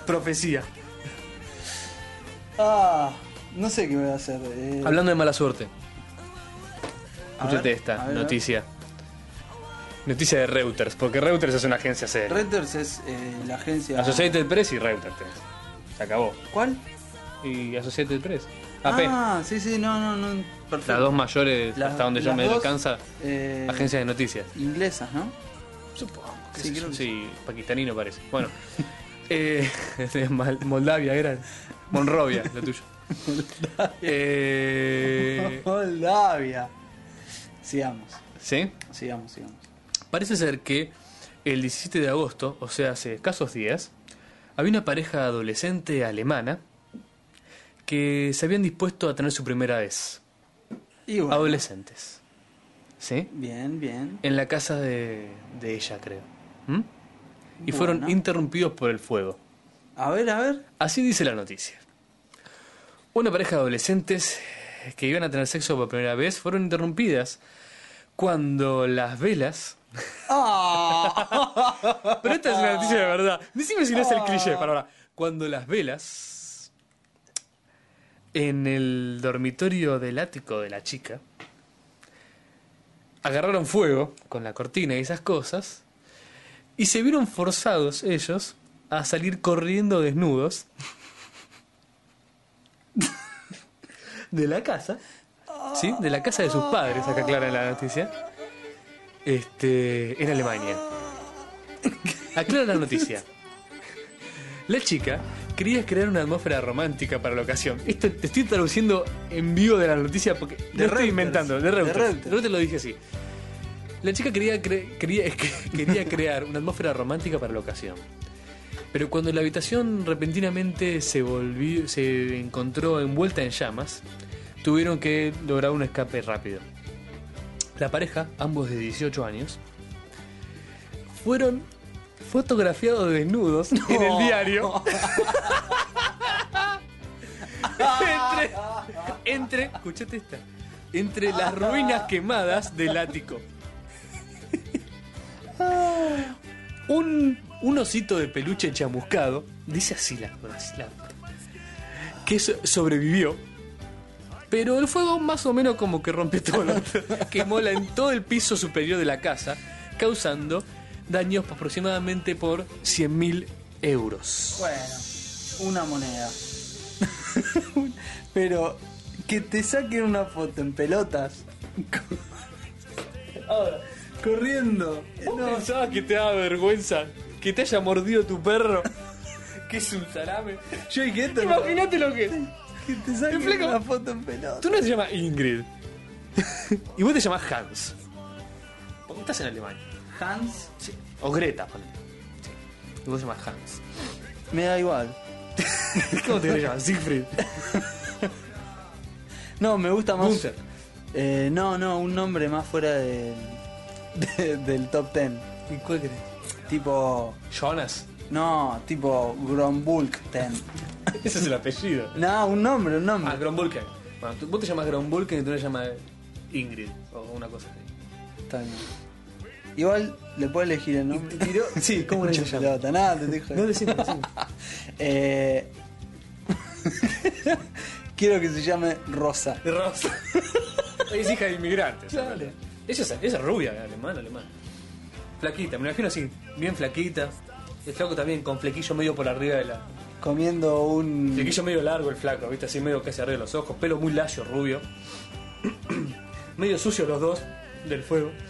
Speaker 1: Profecía.
Speaker 2: ah, no sé qué voy a hacer. eh,
Speaker 1: Hablando de mala suerte.
Speaker 2: a
Speaker 1: Escúchate
Speaker 2: ver,
Speaker 1: esta
Speaker 2: a ver, a ver.
Speaker 1: noticia. Noticia de Reuters, porque Reuters es una agencia seria.
Speaker 2: Reuters es eh, la agencia.
Speaker 1: Associated Press y Reuters tenés. Se acabó.
Speaker 2: ¿Cuál?
Speaker 1: Y Associated Press. AP.
Speaker 2: Ah, sí, sí, no, no, no. Perfecto.
Speaker 1: Las dos mayores,
Speaker 2: Las-
Speaker 1: hasta donde yo
Speaker 2: las
Speaker 1: me
Speaker 2: dos,
Speaker 1: alcanza,
Speaker 2: eh,
Speaker 1: agencias de noticias.
Speaker 2: Inglesas, ¿no?
Speaker 1: Supongo.
Speaker 2: qué
Speaker 1: Sí,
Speaker 2: sé yo.
Speaker 1: sí, paquistanino parece. Bueno. eh, de Mal- Moldavia era. Monrovia, lo tuyo. Eh,
Speaker 2: Moldavia. Sigamos,
Speaker 1: ¿Sí?
Speaker 2: sigamos, sigamos.
Speaker 1: Parece ser que el 17 de agosto, o sea, hace escasos días, había una pareja adolescente alemana que se habían dispuesto a tener su primera vez.
Speaker 2: Y bueno,
Speaker 1: Adolescentes. ¿Sí?
Speaker 2: bien, bien.
Speaker 1: En la casa de, de ella, creo. ¿Mm? Y
Speaker 2: Bueno.
Speaker 1: fueron interrumpidos por el fuego.
Speaker 2: A ver, a ver.
Speaker 1: Así dice la noticia. Una pareja de adolescentes que iban a tener sexo por primera vez fueron interrumpidas cuando las velas.
Speaker 2: Ah,
Speaker 1: Pero esta es una noticia de verdad. Decime si no es el cliché, para ahora. Cuando las velas en el dormitorio del ático de la chica agarraron fuego con la cortina y esas cosas y se vieron forzados ellos a salir corriendo desnudos de la casa, ¿sí? De la casa de sus padres, acá clara la noticia, este, en Alemania. Aclara la noticia. La chica quería crear una atmósfera romántica para la ocasión. Esto te estoy traduciendo en vivo de la noticia porque no estoy
Speaker 2: Reuters.
Speaker 1: inventando, de
Speaker 2: De
Speaker 1: Reuters.
Speaker 2: Reuters.
Speaker 1: Reuters lo dije así. La chica quería, cre- quería, quería crear una atmósfera romántica para la ocasión. Pero cuando la habitación repentinamente se, volvió, se encontró envuelta en llamas, tuvieron que lograr un escape rápido. La pareja, ambos de 18 años, fueron fotografiados desnudos en el diario. entre, entre, escuchate esta, entre las ruinas quemadas del ático. Un, un osito de peluche chamuscado, dice así la, la- que so- sobrevivió. Pero el fuego más o menos como que rompió todo. lo- quemó la- en todo el piso superior de la casa, causando daños aproximadamente por 100.000 euros.
Speaker 2: Bueno, una moneda. Pero que te saquen una foto en pelotas. Ahora, corriendo.
Speaker 1: ¿Vos
Speaker 2: No,
Speaker 1: pensabas que te daba vergüenza? ¿Que te haya mordido tu perro? ¿Que es un salame?
Speaker 2: yo dije esto.
Speaker 1: Imagínate lo que es.
Speaker 2: Que te saquen
Speaker 1: El flaco-
Speaker 2: una foto en pelotas.
Speaker 1: Tú no te llamas Ingrid. y vos te llamas Hans. Porque estás en Alemania.
Speaker 2: Hans,
Speaker 1: O Greta, ponele. Sí. Y vos te llamas Hans.
Speaker 2: me da igual.
Speaker 1: ¿Cómo te llamas? Siegfried.
Speaker 2: No, me gusta más.
Speaker 1: Gunther.
Speaker 2: Eh, no, no, un nombre más fuera de- de- del top ten.
Speaker 1: ¿Y cuál querés?
Speaker 2: Tipo.
Speaker 1: Jonas.
Speaker 2: No, tipo Grombulk ten.
Speaker 1: Ese es el apellido.
Speaker 2: No, un nombre, un
Speaker 1: Ah,
Speaker 2: nombre.
Speaker 1: Grombulken. Bueno, tú- vos te llamas Grombulken y tú te llamas Ingrid. O una cosa así.
Speaker 2: Está bien. Igual le puedo elegir el nombre.
Speaker 1: Sí, ¿cómo
Speaker 2: Mucha
Speaker 1: se llama?
Speaker 2: pelota, nada, te dejo.
Speaker 1: No, decime, decime.
Speaker 2: Eh, Quiero que se llame Rosa.
Speaker 1: Rosa. es hija de inmigrantes.
Speaker 2: Claro.
Speaker 1: Ella es, ella es rubia, alemana, alemana. Flaquita, me imagino así, bien flaquita. El flaco también con flequillo medio por arriba de la.
Speaker 2: Comiendo un.
Speaker 1: Flequillo medio largo el flaco, viste, así medio casi arriba de los ojos, pelo muy lacio, rubio. medio sucio los dos del fuego.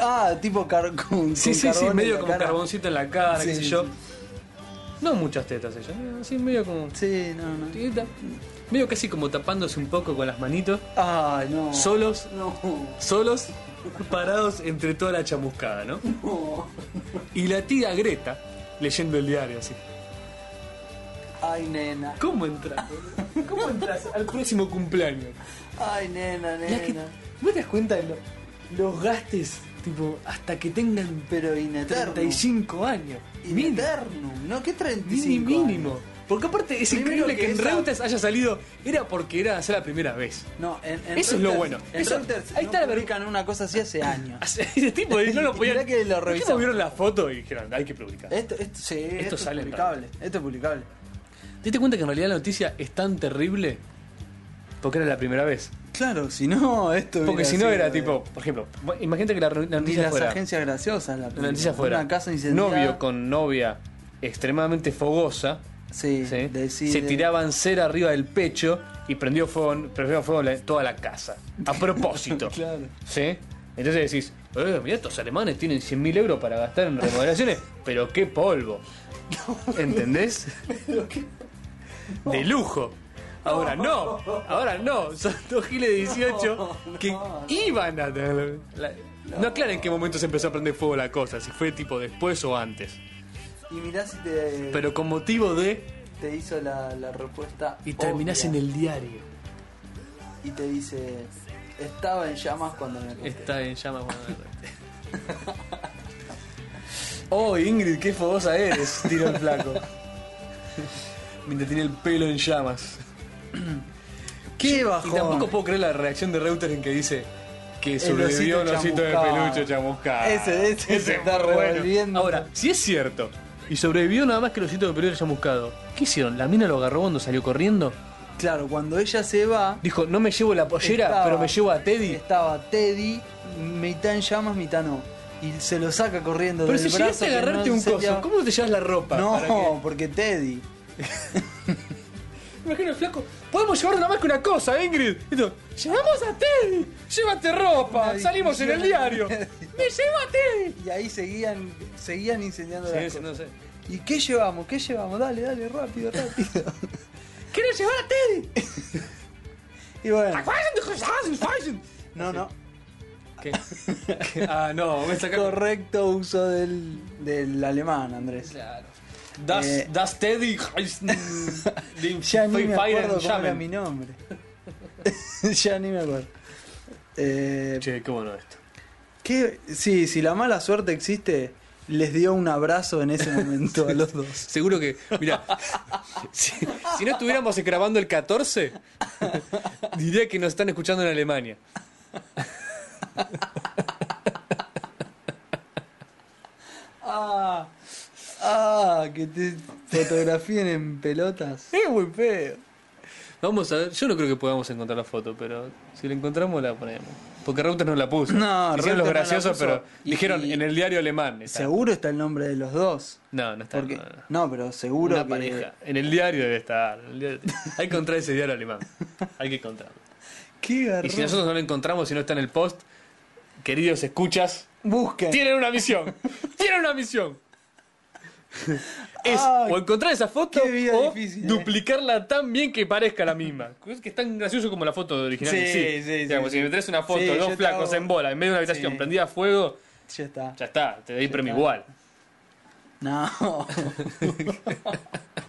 Speaker 2: Ah, tipo car- con,
Speaker 1: Sí,
Speaker 2: con
Speaker 1: sí, sí,
Speaker 2: carbón en
Speaker 1: medio
Speaker 2: la
Speaker 1: como
Speaker 2: cara.
Speaker 1: carboncito en la cara,
Speaker 2: Sí,
Speaker 1: qué sé
Speaker 2: sí,
Speaker 1: yo.
Speaker 2: sí.
Speaker 1: No muchas tetas ella, así medio como.
Speaker 2: Sí, no, no.
Speaker 1: Medio casi como tapándose un poco con las manitos.
Speaker 2: Ay, no.
Speaker 1: Solos,
Speaker 2: No.
Speaker 1: solos, parados entre toda la chamuscada, ¿no?
Speaker 2: no.
Speaker 1: Y la tía Greta leyendo el diario así.
Speaker 2: Ay, nena.
Speaker 1: ¿Cómo entras? boludo? ¿Cómo entras al próximo cumpleaños?
Speaker 2: Ay, nena,
Speaker 1: La que-
Speaker 2: nena.
Speaker 1: ¿Vos te das cuenta de lo- los gastes, tipo, hasta que tengan
Speaker 2: Pero ineterno.
Speaker 1: 35 años? Mínimo,
Speaker 2: Ineternum, ¿no? ¿Qué 35?
Speaker 1: mínimo, mínimo.
Speaker 2: años?
Speaker 1: Porque aparte es
Speaker 2: Primero
Speaker 1: increíble que,
Speaker 2: que
Speaker 1: en
Speaker 2: esa-
Speaker 1: Reuters haya salido, era porque era hacer la primera vez.
Speaker 2: No, en, en
Speaker 1: Eso es lo
Speaker 2: Reuters-
Speaker 1: bueno.
Speaker 2: En
Speaker 1: Eso-
Speaker 2: Reuters
Speaker 1: ahí
Speaker 2: no
Speaker 1: está la ver-
Speaker 2: publican una cosa así hace años.
Speaker 1: Ese tipo de- no lo podían.
Speaker 2: Mirá que lo ¿Eh?
Speaker 1: Los tipos
Speaker 2: revisamos.
Speaker 1: vieron la foto y dijeron, hay que publicar.
Speaker 2: Esto, esto, sí, esto,
Speaker 1: sale
Speaker 2: es
Speaker 1: en
Speaker 2: publicable. Esto es publicable.
Speaker 1: ¿Te diste cuenta que en realidad la noticia es tan terrible? Porque era la primera vez.
Speaker 2: Claro, si no, esto.
Speaker 1: Porque
Speaker 2: hubiera
Speaker 1: si no
Speaker 2: sido-
Speaker 1: era tipo, por ejemplo, bueno, imagínate que la, re- la
Speaker 2: eh. Ni
Speaker 1: noticia
Speaker 2: las
Speaker 1: fuera.
Speaker 2: agencias graciosas. La,
Speaker 1: la noticia fuera.
Speaker 2: Una casa incendiada.
Speaker 1: Novio con novia extremadamente fogosa
Speaker 2: Sí,
Speaker 1: ¿sí?
Speaker 2: decide.
Speaker 1: se tiraban cera arriba del pecho y prendió fuego, prendió fuego la- toda la casa. A propósito.
Speaker 2: Claro.
Speaker 1: ¿sí? Entonces decís, eh, mirá, estos alemanes tienen 100.000 euros para gastar en remodelaciones, pero qué polvo. ¿Entendés? De lujo. Ahora no, ahora no, son dos giles de 18 que iban a tener. la- no aclara en qué momento se empezó a prender fuego la cosa, si fue tipo después o antes.
Speaker 2: Y mirá si te,
Speaker 1: Pero con motivo de.
Speaker 2: te hizo la, la respuesta.
Speaker 1: Y terminás en
Speaker 2: obvia.
Speaker 1: el diario.
Speaker 2: Y te dice: Estaba en llamas cuando me acosté".
Speaker 1: Está en llamas cuando me acosté. Oh, Ingrid, qué fogosa eres, tiró el flaco. Mientras tiene el pelo en llamas.
Speaker 2: ¡Qué
Speaker 1: Y
Speaker 2: bajón!
Speaker 1: tampoco puedo creer la reacción de Reuters en que dice que sobrevivió un
Speaker 2: osito
Speaker 1: osito de
Speaker 2: chamuscado.
Speaker 1: peluche chamuscado.
Speaker 2: Ese- ese se
Speaker 1: es
Speaker 2: está
Speaker 1: muy bueno.
Speaker 2: revolviendo.
Speaker 1: Ahora, si es cierto, y sobrevivió nada más que el osito de peluche chamuscado, ¿qué hicieron? ¿La mina lo agarró cuando salió corriendo?
Speaker 2: Claro, cuando ella se va.
Speaker 1: Dijo, no me llevo la pollera,
Speaker 2: estaba-
Speaker 1: pero me llevo a Teddy.
Speaker 2: Estaba Teddy, mitad en llamas, mitad no. Y se lo saca corriendo
Speaker 1: Pero
Speaker 2: del
Speaker 1: si
Speaker 2: brazo.
Speaker 1: llegaste a
Speaker 2: que
Speaker 1: agarrarte
Speaker 2: no
Speaker 1: un
Speaker 2: se
Speaker 1: coso,
Speaker 2: lleva-
Speaker 1: ¿cómo no te llevas la ropa? ¿Para qué?
Speaker 2: No, porque Teddy.
Speaker 1: Imagino el flaco, podemos llevar nada más que una cosa, Ingrid. Y tú, llevamos a Teddy, llévate ropa,
Speaker 2: Una
Speaker 1: salimos en el diario.
Speaker 2: discusión.
Speaker 1: Me llevo a Teddy.
Speaker 2: Y ahí seguían, seguían incendiando
Speaker 1: Sí,
Speaker 2: las
Speaker 1: sí,
Speaker 2: cosas.
Speaker 1: no sé.
Speaker 2: ¿Y qué llevamos? ¿Qué llevamos? Dale, dale, rápido, rápido.
Speaker 1: Quiero llevar a Teddy.
Speaker 2: y bueno, no,
Speaker 1: Sí.
Speaker 2: no.
Speaker 1: ¿Qué? ¿Qué? Ah, no, me sacaron.
Speaker 2: Correcto uso del, del alemán, Andrés.
Speaker 1: Claro. Das,
Speaker 2: Eh.
Speaker 1: das Teddy.
Speaker 2: Ya ni me
Speaker 1: Fire and
Speaker 2: acuerdo cómo era
Speaker 1: Jamen.
Speaker 2: mi nombre. ya ni me acuerdo. Eh,
Speaker 1: Che, qué bueno esto.
Speaker 2: ¿qué? Sí, si la mala suerte existe, les dio un abrazo en ese momento a los dos.
Speaker 1: Seguro que, mira, si, si no estuviéramos grabando el 14, diría que nos están escuchando en Alemania.
Speaker 2: Ah, ah, que te fotografíen en pelotas.
Speaker 1: Es muy feo. Vamos a ver, yo no creo que podamos encontrar la foto, pero si la encontramos la ponemos. Porque Reuters no la puso.
Speaker 2: No,
Speaker 1: Hicieron los
Speaker 2: Reuters no la
Speaker 1: graciosos,
Speaker 2: puso.
Speaker 1: pero
Speaker 2: Y-
Speaker 1: dijeron en el diario alemán. está.
Speaker 2: Seguro está el nombre de los dos.
Speaker 1: No, no está.
Speaker 2: Porque,
Speaker 1: no, no.
Speaker 2: no, pero seguro
Speaker 1: Una
Speaker 2: que
Speaker 1: pareja. En el diario debe estar. en el diario- Hay que encontrar ese diario alemán. Hay que encontrarlo.
Speaker 2: Qué garrón.
Speaker 1: Y si nosotros no lo encontramos, si no está en el post, queridos escuchas,
Speaker 2: Busquen.
Speaker 1: tienen una misión. Tienen una misión. Es
Speaker 2: Ah,
Speaker 1: o encontrar esa foto
Speaker 2: qué vida
Speaker 1: o
Speaker 2: difícil, eh.
Speaker 1: duplicarla tan bien que parezca la misma. Es que es tan gracioso como la foto original. en
Speaker 2: Sí, sí, sí,
Speaker 1: Digamos,
Speaker 2: sí.
Speaker 1: Si me traes una foto,
Speaker 2: Sí, yo
Speaker 1: dos
Speaker 2: te
Speaker 1: flacos
Speaker 2: hago-
Speaker 1: en bola, en medio de una habitación
Speaker 2: Sí.
Speaker 1: prendida a fuego,
Speaker 2: Ya está.
Speaker 1: ya está, te doy premio
Speaker 2: está.
Speaker 1: igual.
Speaker 2: No.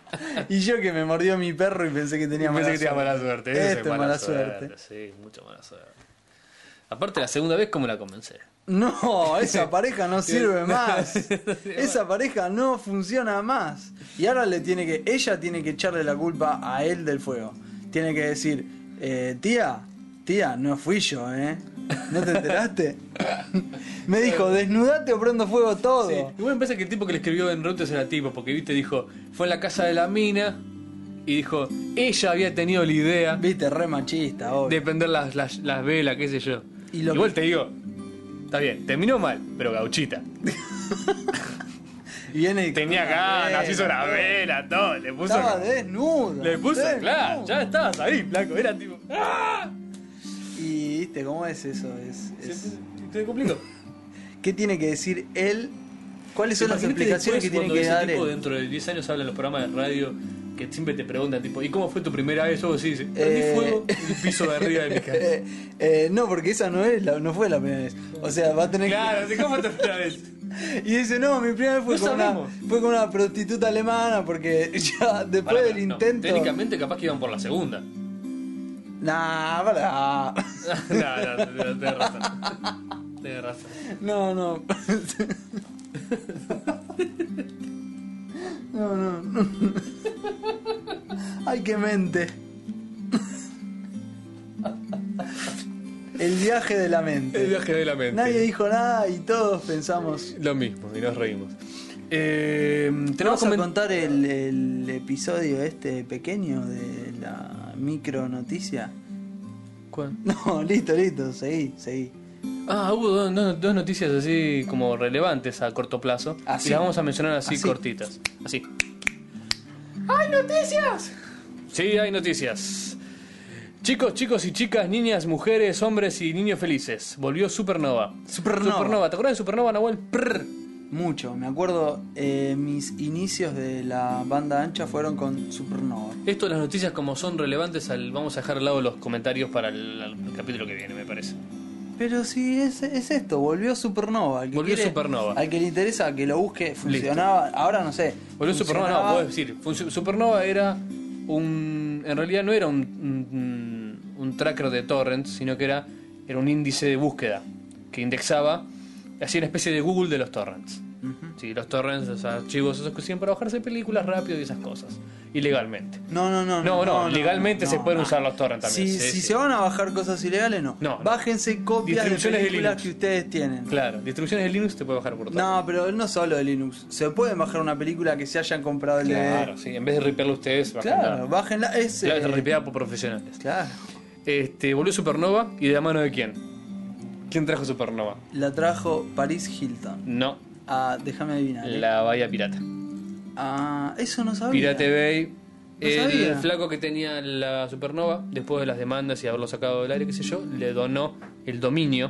Speaker 2: y yo que me mordió mi perro y pensé que tenía
Speaker 1: Pensé
Speaker 2: mala
Speaker 1: que tenía mala suerte. eso
Speaker 2: Esto es mala suerte.
Speaker 1: Sí, mucho mala suerte. Aparte, la segunda vez, ¿cómo la convencé?
Speaker 2: No, esa pareja no sirve más. Esa pareja no funciona más. Y ahora le tiene que, ella tiene que echarle la culpa a él del fuego. Tiene que decir, eh, tía, tía, no fui yo, ¿eh? ¿No te enteraste? Me dijo, desnudate o prendo fuego todo.
Speaker 1: Eh. Sí. Igual me parece que el tipo que le escribió en Reuters era tipo, porque viste, dijo, fue en la casa de la mina y dijo, ella había tenido la idea
Speaker 2: Viste, re machista, obvio.
Speaker 1: de prender las, las, las velas, qué sé yo.
Speaker 2: Y lo
Speaker 1: Igual
Speaker 2: que-
Speaker 1: te digo, está bien, terminó mal, pero gauchita.
Speaker 2: Y viene y-
Speaker 1: Tenía ganas, hizo la vela, todo, le puso.
Speaker 2: Ah, Estaba ¿eh? desnuda.
Speaker 1: Le puso,
Speaker 2: desnuda.
Speaker 1: claro, ya estabas ahí, flaco, era tipo. ¡Ah!
Speaker 2: Y viste, ¿cómo es eso? Es, es-
Speaker 1: Te te complicó.
Speaker 2: ¿Qué tiene que decir él? ¿Cuáles son las
Speaker 1: Imagínate
Speaker 2: explicaciones que
Speaker 1: después
Speaker 2: tiene
Speaker 1: cuando
Speaker 2: que
Speaker 1: ese
Speaker 2: dar
Speaker 1: tipo
Speaker 2: él?
Speaker 1: dentro de 10 años habla en los programas de radio que siempre te preguntan, tipo, ¿y cómo fue tu primera vez? Vos decís, prendí
Speaker 2: Eh.
Speaker 1: fuego en el piso de arriba de mi casa.
Speaker 2: Eh, eh, no, porque esa no es la, no fue la primera vez. O sea, va a tener
Speaker 1: Claro, ¿sí? ¿cómo te primera vez?
Speaker 2: que. Y dice, no, mi primera vez fue,
Speaker 1: No
Speaker 2: con, una,
Speaker 1: sabemos.
Speaker 2: fue con una prostituta alemana, porque ya después
Speaker 1: Pará,
Speaker 2: del
Speaker 1: no,
Speaker 2: intento.
Speaker 1: técnicamente capaz que iban por la segunda.
Speaker 2: Nah, pará.
Speaker 1: no, no, no, tenés razón. Tenés razón.
Speaker 2: No, no. No, no. Ay, qué mente. El viaje de la
Speaker 1: El
Speaker 2: mente.
Speaker 1: viaje de la mente.
Speaker 2: Nadie dijo nada y todos pensamos.
Speaker 1: Lo mismo, y nos reímos. Eh, tenemos
Speaker 2: Vamos a
Speaker 1: comen-
Speaker 2: contar el, el episodio este pequeño de la micro noticia.
Speaker 1: ¿Cuál?
Speaker 2: No, listo, listo, seguí, seguí.
Speaker 1: Ah, hubo dos, dos- dos noticias así como relevantes a corto plazo.
Speaker 2: Así. Ah,
Speaker 1: Y las vamos a mencionar así,
Speaker 2: Así.
Speaker 1: cortitas. Así.
Speaker 3: Ay,
Speaker 1: noticias! Sí, hay noticias. Chicos, chicos y chicas, niñas, mujeres, hombres y niños felices. Volvió Supernova.
Speaker 2: Supernova.
Speaker 1: ¿Te acuerdas de Supernova, Nahuel?
Speaker 2: Prr, mucho. Me acuerdo, eh, mis inicios de la banda ancha fueron con Supernova.
Speaker 1: Esto de las noticias como son relevantes, al- vamos a dejar al lado los comentarios para el, el capítulo que viene, me parece.
Speaker 2: Pero sí, es, es esto, volvió Supernova. Al que
Speaker 1: Volvió Supernova.
Speaker 2: Al que le interesa que lo busque, funcionaba. Ahora no sé.
Speaker 1: Volvió Supernova, no,
Speaker 2: funcionaba.
Speaker 1: puedo decir. funcio- Supernova era un... En realidad no era un, un, un tracker de torrents, sino que era, era un índice de búsqueda que indexaba, hacía una especie de Google de los torrents. Sí, los torrents, los archivos, esos que sirven para bajarse películas rápido y esas cosas. Ilegalmente.
Speaker 2: No, no, no.
Speaker 1: No, no, legalmente se pueden usar los torrents también,
Speaker 2: Si,
Speaker 1: sí,
Speaker 2: si
Speaker 1: sí.
Speaker 2: se van a bajar cosas ilegales, no.
Speaker 1: No, no.
Speaker 2: Bájense copias de
Speaker 1: Distribuciones de
Speaker 2: películas
Speaker 1: Linux.
Speaker 2: que ustedes tienen.
Speaker 1: Claro, distribuciones de Linux te puede bajar por todo.
Speaker 2: No, pero no solo de Linux. Se pueden bajar una película que se hayan comprado el
Speaker 1: Claro, sí, en vez de ripearlo ustedes,
Speaker 2: DVD. Claro,
Speaker 1: bajan
Speaker 2: bájenla.
Speaker 1: la-
Speaker 2: Es,
Speaker 1: la
Speaker 2: eh,
Speaker 1: ripeada por profesionales.
Speaker 2: claro.
Speaker 1: Este, volvió Supernova y de la mano de quién? ¿Quién trajo Supernova?
Speaker 2: La trajo Paris Hilton.
Speaker 1: No,
Speaker 2: Ah, déjame adivinar. ¿eh?
Speaker 1: la Bahía Pirata.
Speaker 2: Ah, eso no sabía.
Speaker 1: Pirate Bay. el
Speaker 2: sabía.
Speaker 1: flaco que tenía la Supernova, después de las demandas y haberlo sacado del aire, qué sé yo, le donó el dominio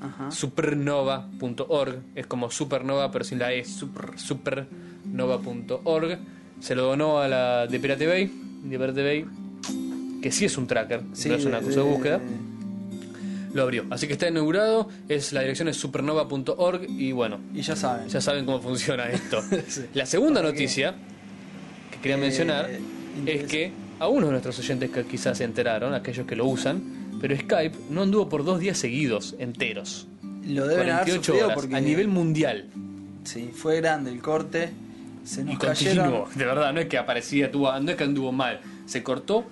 Speaker 2: Ajá.
Speaker 1: supernova.org. Es como supernova, pero sin la E, super, supernova.org. Se lo donó a la de Pirate Bay, de Pirate Bay, que sí es un tracker,
Speaker 2: Sí, eh,
Speaker 1: pero es una
Speaker 2: de-
Speaker 1: cosa de búsqueda.
Speaker 2: de-
Speaker 1: Lo abrió. Así que está inaugurado, es la dirección es supernova.org y bueno,
Speaker 2: Y ya saben.
Speaker 1: ya saben cómo funciona esto. La segunda noticia que quería mencionar es
Speaker 2: Eh, interesa.
Speaker 1: que a unos de nuestros oyentes que quizás se enteraron, aquellos que lo usan, pero Skype no anduvo por dos días seguidos, enteros.
Speaker 2: Lo deben haber
Speaker 1: 48
Speaker 2: sufrido
Speaker 1: horas,
Speaker 2: porque
Speaker 1: a nivel mundial.
Speaker 2: Sí, fue grande el corte. Se
Speaker 1: Y
Speaker 2: nos
Speaker 1: continuo,
Speaker 2: cayeron.
Speaker 1: de verdad, no es que aparecía, tuvo- no es que anduvo mal, se cortó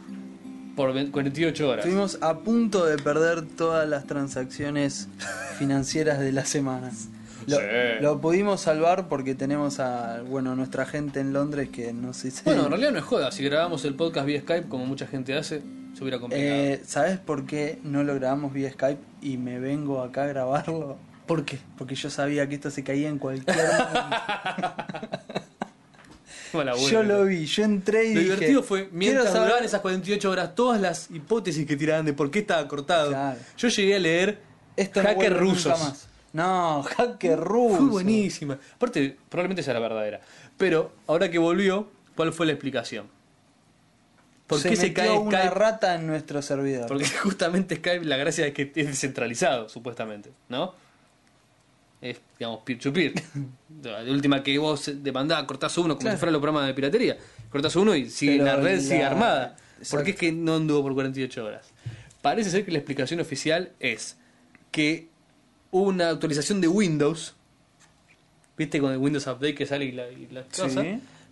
Speaker 1: por 20 48 horas.
Speaker 2: Estuvimos a punto de perder todas las transacciones financieras de las semanas. Lo,
Speaker 1: Sí.
Speaker 2: lo pudimos salvar porque tenemos a bueno nuestra gente en Londres que nos hizo.
Speaker 1: Bueno, en realidad no es joda, si grabamos el podcast vía Skype, como mucha gente hace, se hubiera complicado.
Speaker 2: Eh, ¿Sabes por qué no lo grabamos vía Skype y me vengo acá a grabarlo?
Speaker 1: ¿Por qué?
Speaker 2: Porque yo sabía que esto se caía en cualquier momento.
Speaker 1: Mala
Speaker 2: yo
Speaker 1: buena.
Speaker 2: lo vi, yo entré y
Speaker 1: Lo
Speaker 2: dije,
Speaker 1: divertido fue, mientras
Speaker 2: "Quiero saber-
Speaker 1: duraban esas 48 horas, todas las hipótesis que tiraban de por qué estaba cortado.
Speaker 2: Claro.
Speaker 1: Yo llegué a leer
Speaker 2: Esto no
Speaker 1: hacker
Speaker 2: vuelve nunca
Speaker 1: rusos.
Speaker 2: más. No, hacker ruso.
Speaker 1: Fue buenísima. Aparte, probablemente sea la verdadera. Pero ahora que volvió, ¿cuál fue la explicación? ¿Por
Speaker 2: se
Speaker 1: qué se
Speaker 2: metió
Speaker 1: cae
Speaker 2: una
Speaker 1: Skype?
Speaker 2: rata en nuestro servidor.
Speaker 1: Porque justamente Skype, la gracia es que es descentralizado, supuestamente, ¿no? Es, digamos, peer-to-peer. La última que vos demandás, cortás uno, como
Speaker 2: Claro.
Speaker 1: si fuera los programas de piratería. Cortás uno y sigue
Speaker 2: Pero
Speaker 1: la red
Speaker 2: la-
Speaker 1: sigue armada.
Speaker 2: Exacto.
Speaker 1: Porque es que no anduvo por 48 horas. Parece ser que la explicación oficial es que hubo una actualización de Windows. ¿Viste con el Windows Update que sale y la, y la
Speaker 2: Sí.
Speaker 1: cosa?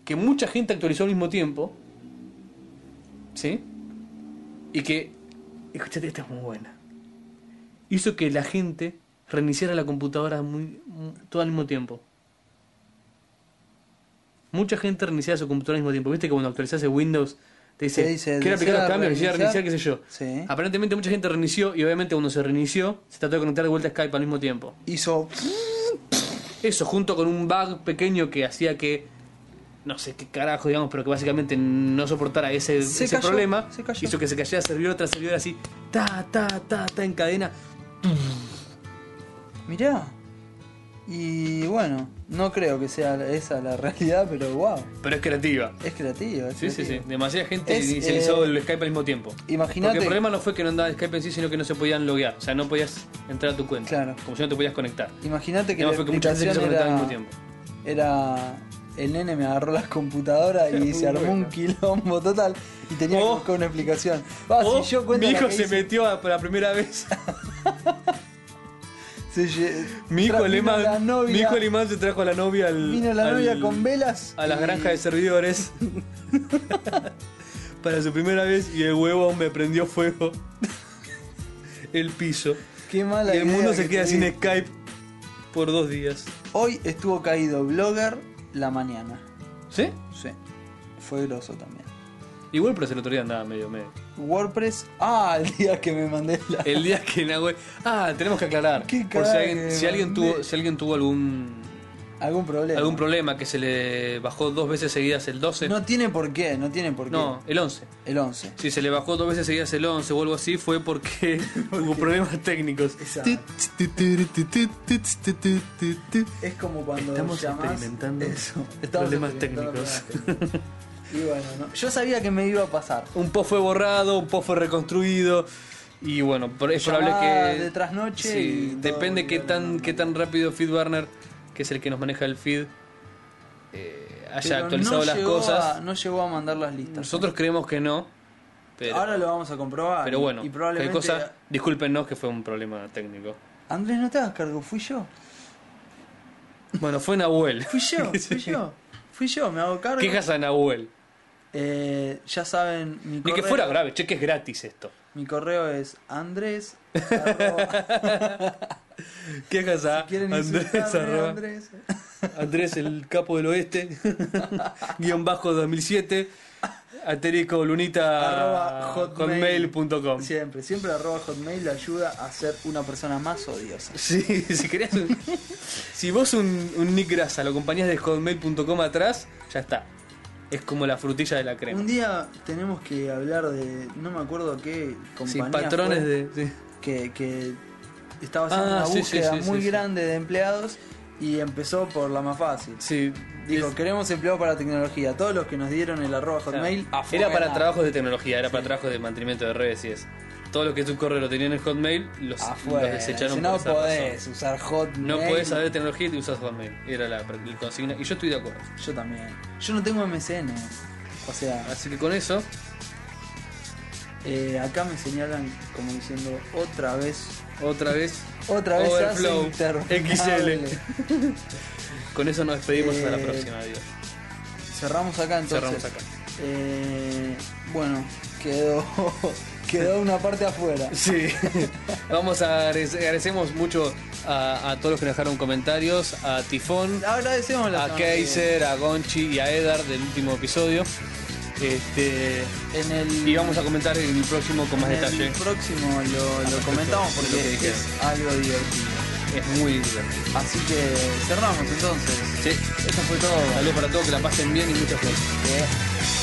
Speaker 1: Que mucha gente actualizó al mismo tiempo. ¿Sí? Y que, escuchate, esta es muy buena. Hizo que la gente reiniciara la computadora muy, mu- todo al mismo tiempo. Mucha gente reiniciaba su computadora al mismo tiempo. Viste que cuando actualizás el Windows te dice,
Speaker 2: Te dice,
Speaker 1: quiero
Speaker 2: reiniciar,
Speaker 1: aplicar los cambios, reiniciar,
Speaker 2: reiniciar".
Speaker 1: reiniciar, qué sé yo.
Speaker 2: Sí.
Speaker 1: Aparentemente mucha gente reinició y obviamente cuando se reinició se trató de conectar de vuelta a Skype al mismo tiempo.
Speaker 2: Hizo.
Speaker 1: Eso, junto con un bug pequeño que hacía que. No sé qué carajo, digamos, pero que básicamente no soportara ese,
Speaker 2: Se
Speaker 1: ese
Speaker 2: cayó,
Speaker 1: problema.
Speaker 2: se cayó.
Speaker 1: Hizo que se cayera servidor tras servidor así. Ta, ta, ta, ta, en cadena.
Speaker 2: Mirá. Y bueno, no creo que sea esa la realidad, pero wow.
Speaker 1: Pero es creativa.
Speaker 2: Es creativo. es
Speaker 1: Sí, sí, sí.
Speaker 2: creativo.
Speaker 1: Demasiada gente
Speaker 2: Es,
Speaker 1: inicializó
Speaker 2: eh,
Speaker 1: el Skype al mismo tiempo.
Speaker 2: imagínate-
Speaker 1: Porque el problema no fue que no andaba Skype en sí, sino que no se podían loguear. O sea, no podías entrar a tu cuenta.
Speaker 2: Claro.
Speaker 1: Como si no te podías conectar.
Speaker 2: Imagínate que.
Speaker 1: No,
Speaker 2: la
Speaker 1: fue que mucha gente se quiso
Speaker 2: explicación
Speaker 1: conectar
Speaker 2: era-
Speaker 1: al mismo tiempo.
Speaker 2: Era. El nene me agarró la computadora y
Speaker 1: Muy
Speaker 2: se armó
Speaker 1: bueno.
Speaker 2: un quilombo total y tenía
Speaker 1: O-
Speaker 2: que buscar una explicación. Va,
Speaker 1: O
Speaker 2: Ah, si yo cuento
Speaker 1: Oh, mi
Speaker 2: la
Speaker 1: hijo
Speaker 2: que
Speaker 1: se
Speaker 2: hice-
Speaker 1: metió a- por la primera vez.
Speaker 2: se lle-
Speaker 1: Mi hijo
Speaker 2: tra- vino
Speaker 1: alemán.
Speaker 2: la novia-
Speaker 1: Mi hijo alemán se trajo a la novia al.
Speaker 2: Vino la
Speaker 1: al-
Speaker 2: novia con velas.
Speaker 1: a las
Speaker 2: y-
Speaker 1: granjas de servidores para su primera vez y el huevo me prendió fuego el piso
Speaker 2: Qué mala
Speaker 1: y el
Speaker 2: idea
Speaker 1: mundo
Speaker 2: que
Speaker 1: se queda sin
Speaker 2: tuve.
Speaker 1: Skype por dos días.
Speaker 2: Hoy estuvo caído Blogger la mañana.
Speaker 1: ¿Sí?
Speaker 2: Sí. Fue groso también.
Speaker 1: Igual, pero se lo otro día andaba medio medio.
Speaker 2: WordPress. Ah, el día que me mandé la.
Speaker 1: El día que Nahuel. Ah, tenemos que aclarar.
Speaker 2: Qué
Speaker 1: por si
Speaker 2: cagada
Speaker 1: alguien,
Speaker 2: que
Speaker 1: si alguien
Speaker 2: mandé.
Speaker 1: tuvo, si alguien tuvo algún
Speaker 2: algún problema.
Speaker 1: Algún problema que se le bajó dos veces seguidas el 12.
Speaker 2: No tiene por qué, no tiene por qué.
Speaker 1: No, el 11.
Speaker 2: El 11.
Speaker 1: Si se le bajó dos veces seguidas el 11 o algo así fue porque hubo problemas técnicos.
Speaker 2: Exacto. Es como cuando
Speaker 1: Estamos
Speaker 2: llamás-
Speaker 1: experimentando
Speaker 2: eso, experimentando
Speaker 1: problemas técnicos.
Speaker 2: problemas técnicos. y bueno, no, yo sabía que me iba a pasar.
Speaker 1: Un post fue borrado, un post fue reconstruido. Y bueno, por- es probable
Speaker 2: Llamadas
Speaker 1: que.
Speaker 2: de trasnoche y
Speaker 1: Sí,
Speaker 2: todo
Speaker 1: depende qué
Speaker 2: volvió a la
Speaker 1: tan, qué tan rápido FeedBurner, que es el que nos maneja el feed, eh, haya
Speaker 2: Pero
Speaker 1: actualizado
Speaker 2: no
Speaker 1: las
Speaker 2: llegó
Speaker 1: cosas.
Speaker 2: a- no llegó a mandar las listas.
Speaker 1: Nosotros creemos que no. Pero,
Speaker 2: Ahora lo vamos a comprobar.
Speaker 1: pero
Speaker 2: y-
Speaker 1: bueno,
Speaker 2: y probablemente.
Speaker 1: cualquier cosa, discúlpenos que fue un problema técnico.
Speaker 2: Andrés, no te hagas cargo, fui yo.
Speaker 1: Bueno, fue Nahuel.
Speaker 2: Fui yo, fui yo. Fui yo, me hago cargo.
Speaker 1: Quejas a Nahuel.
Speaker 2: Eh, ya saben, mi
Speaker 1: Ni
Speaker 2: correo,
Speaker 1: que fuera grave, che, que es gratis esto.
Speaker 2: mi correo es Andrés. arroba-
Speaker 1: Quejas a
Speaker 2: ¿Quieren
Speaker 1: Andrés,
Speaker 2: insultarme,
Speaker 1: arroba-
Speaker 2: Andrés?
Speaker 1: Andrés el capo del oeste, guión bajo 2007, aterico lunita Ah,
Speaker 2: Arroba hotmail.
Speaker 1: hotmail.com.
Speaker 2: Siempre, siempre arroba hotmail ayuda a ser una persona más odiosa.
Speaker 1: Sí, si querés un- si vos un, un Nick Grasa lo acompañás de hotmail.com atrás, ya está. Es como la frutilla de la crema.
Speaker 2: Un día tenemos que hablar de, no me acuerdo qué
Speaker 1: Sin
Speaker 2: compañía
Speaker 1: patrones
Speaker 2: fue
Speaker 1: de. sí.
Speaker 2: que, que estaba haciendo
Speaker 1: Ah,
Speaker 2: una
Speaker 1: sí, sí,
Speaker 2: búsqueda
Speaker 1: sí, sí,
Speaker 2: muy
Speaker 1: sí.
Speaker 2: grande de empleados y empezó por la más fácil.
Speaker 1: Sí,
Speaker 2: Dijo,
Speaker 1: es-
Speaker 2: queremos empleados para tecnología. Todos los que nos dieron el arroba hotmail.
Speaker 1: Ah, Era para
Speaker 2: afuera.
Speaker 1: trabajos de tecnología, era para trabajos de mantenimiento de redes y es. Todo lo que tu correo lo tenían en Hotmail, los,
Speaker 2: Afuera.
Speaker 1: los desecharon
Speaker 2: Si
Speaker 1: por
Speaker 2: no
Speaker 1: esa
Speaker 2: podés
Speaker 1: razón.
Speaker 2: usar hotmail.
Speaker 1: No podés saber tecnología y te usas Hotmail. Era la, la consigna. Y yo estoy de acuerdo.
Speaker 2: Yo también. Yo no tengo MSN. O sea,
Speaker 1: Así que con eso,
Speaker 2: eh, acá me señalan como diciendo otra vez.
Speaker 1: otra vez,
Speaker 2: Otra vez se hace
Speaker 1: Overflow,
Speaker 2: interminable.
Speaker 1: XL. con eso nos despedimos hasta la
Speaker 2: Eh,
Speaker 1: próxima. Adiós.
Speaker 2: Cerramos acá entonces.
Speaker 1: Cerramos acá.
Speaker 2: Eh, bueno, quedó, quedó una parte afuera.
Speaker 1: Sí. Vamos a agrade- agradecemos mucho a, a todos los que nos dejaron comentarios, a Tifón,
Speaker 2: Agradecemos Ah, la
Speaker 1: a
Speaker 2: semana que viene.
Speaker 1: Kaiser, a Gonchi y a Edar del último episodio. Este,
Speaker 2: En el,
Speaker 1: y vamos a comentar en el próximo con más
Speaker 2: en el
Speaker 1: detalle.
Speaker 2: próximo lo, lo comentamos
Speaker 1: de lo que
Speaker 2: porque es,
Speaker 1: dijeron.
Speaker 2: algo divertido.
Speaker 1: Es muy divertido.
Speaker 2: Así que cerramos entonces.
Speaker 1: Sí.
Speaker 2: Eso fue todo.
Speaker 1: Saludos para todos, que la pasen bien y muchas cosas.
Speaker 2: Eh.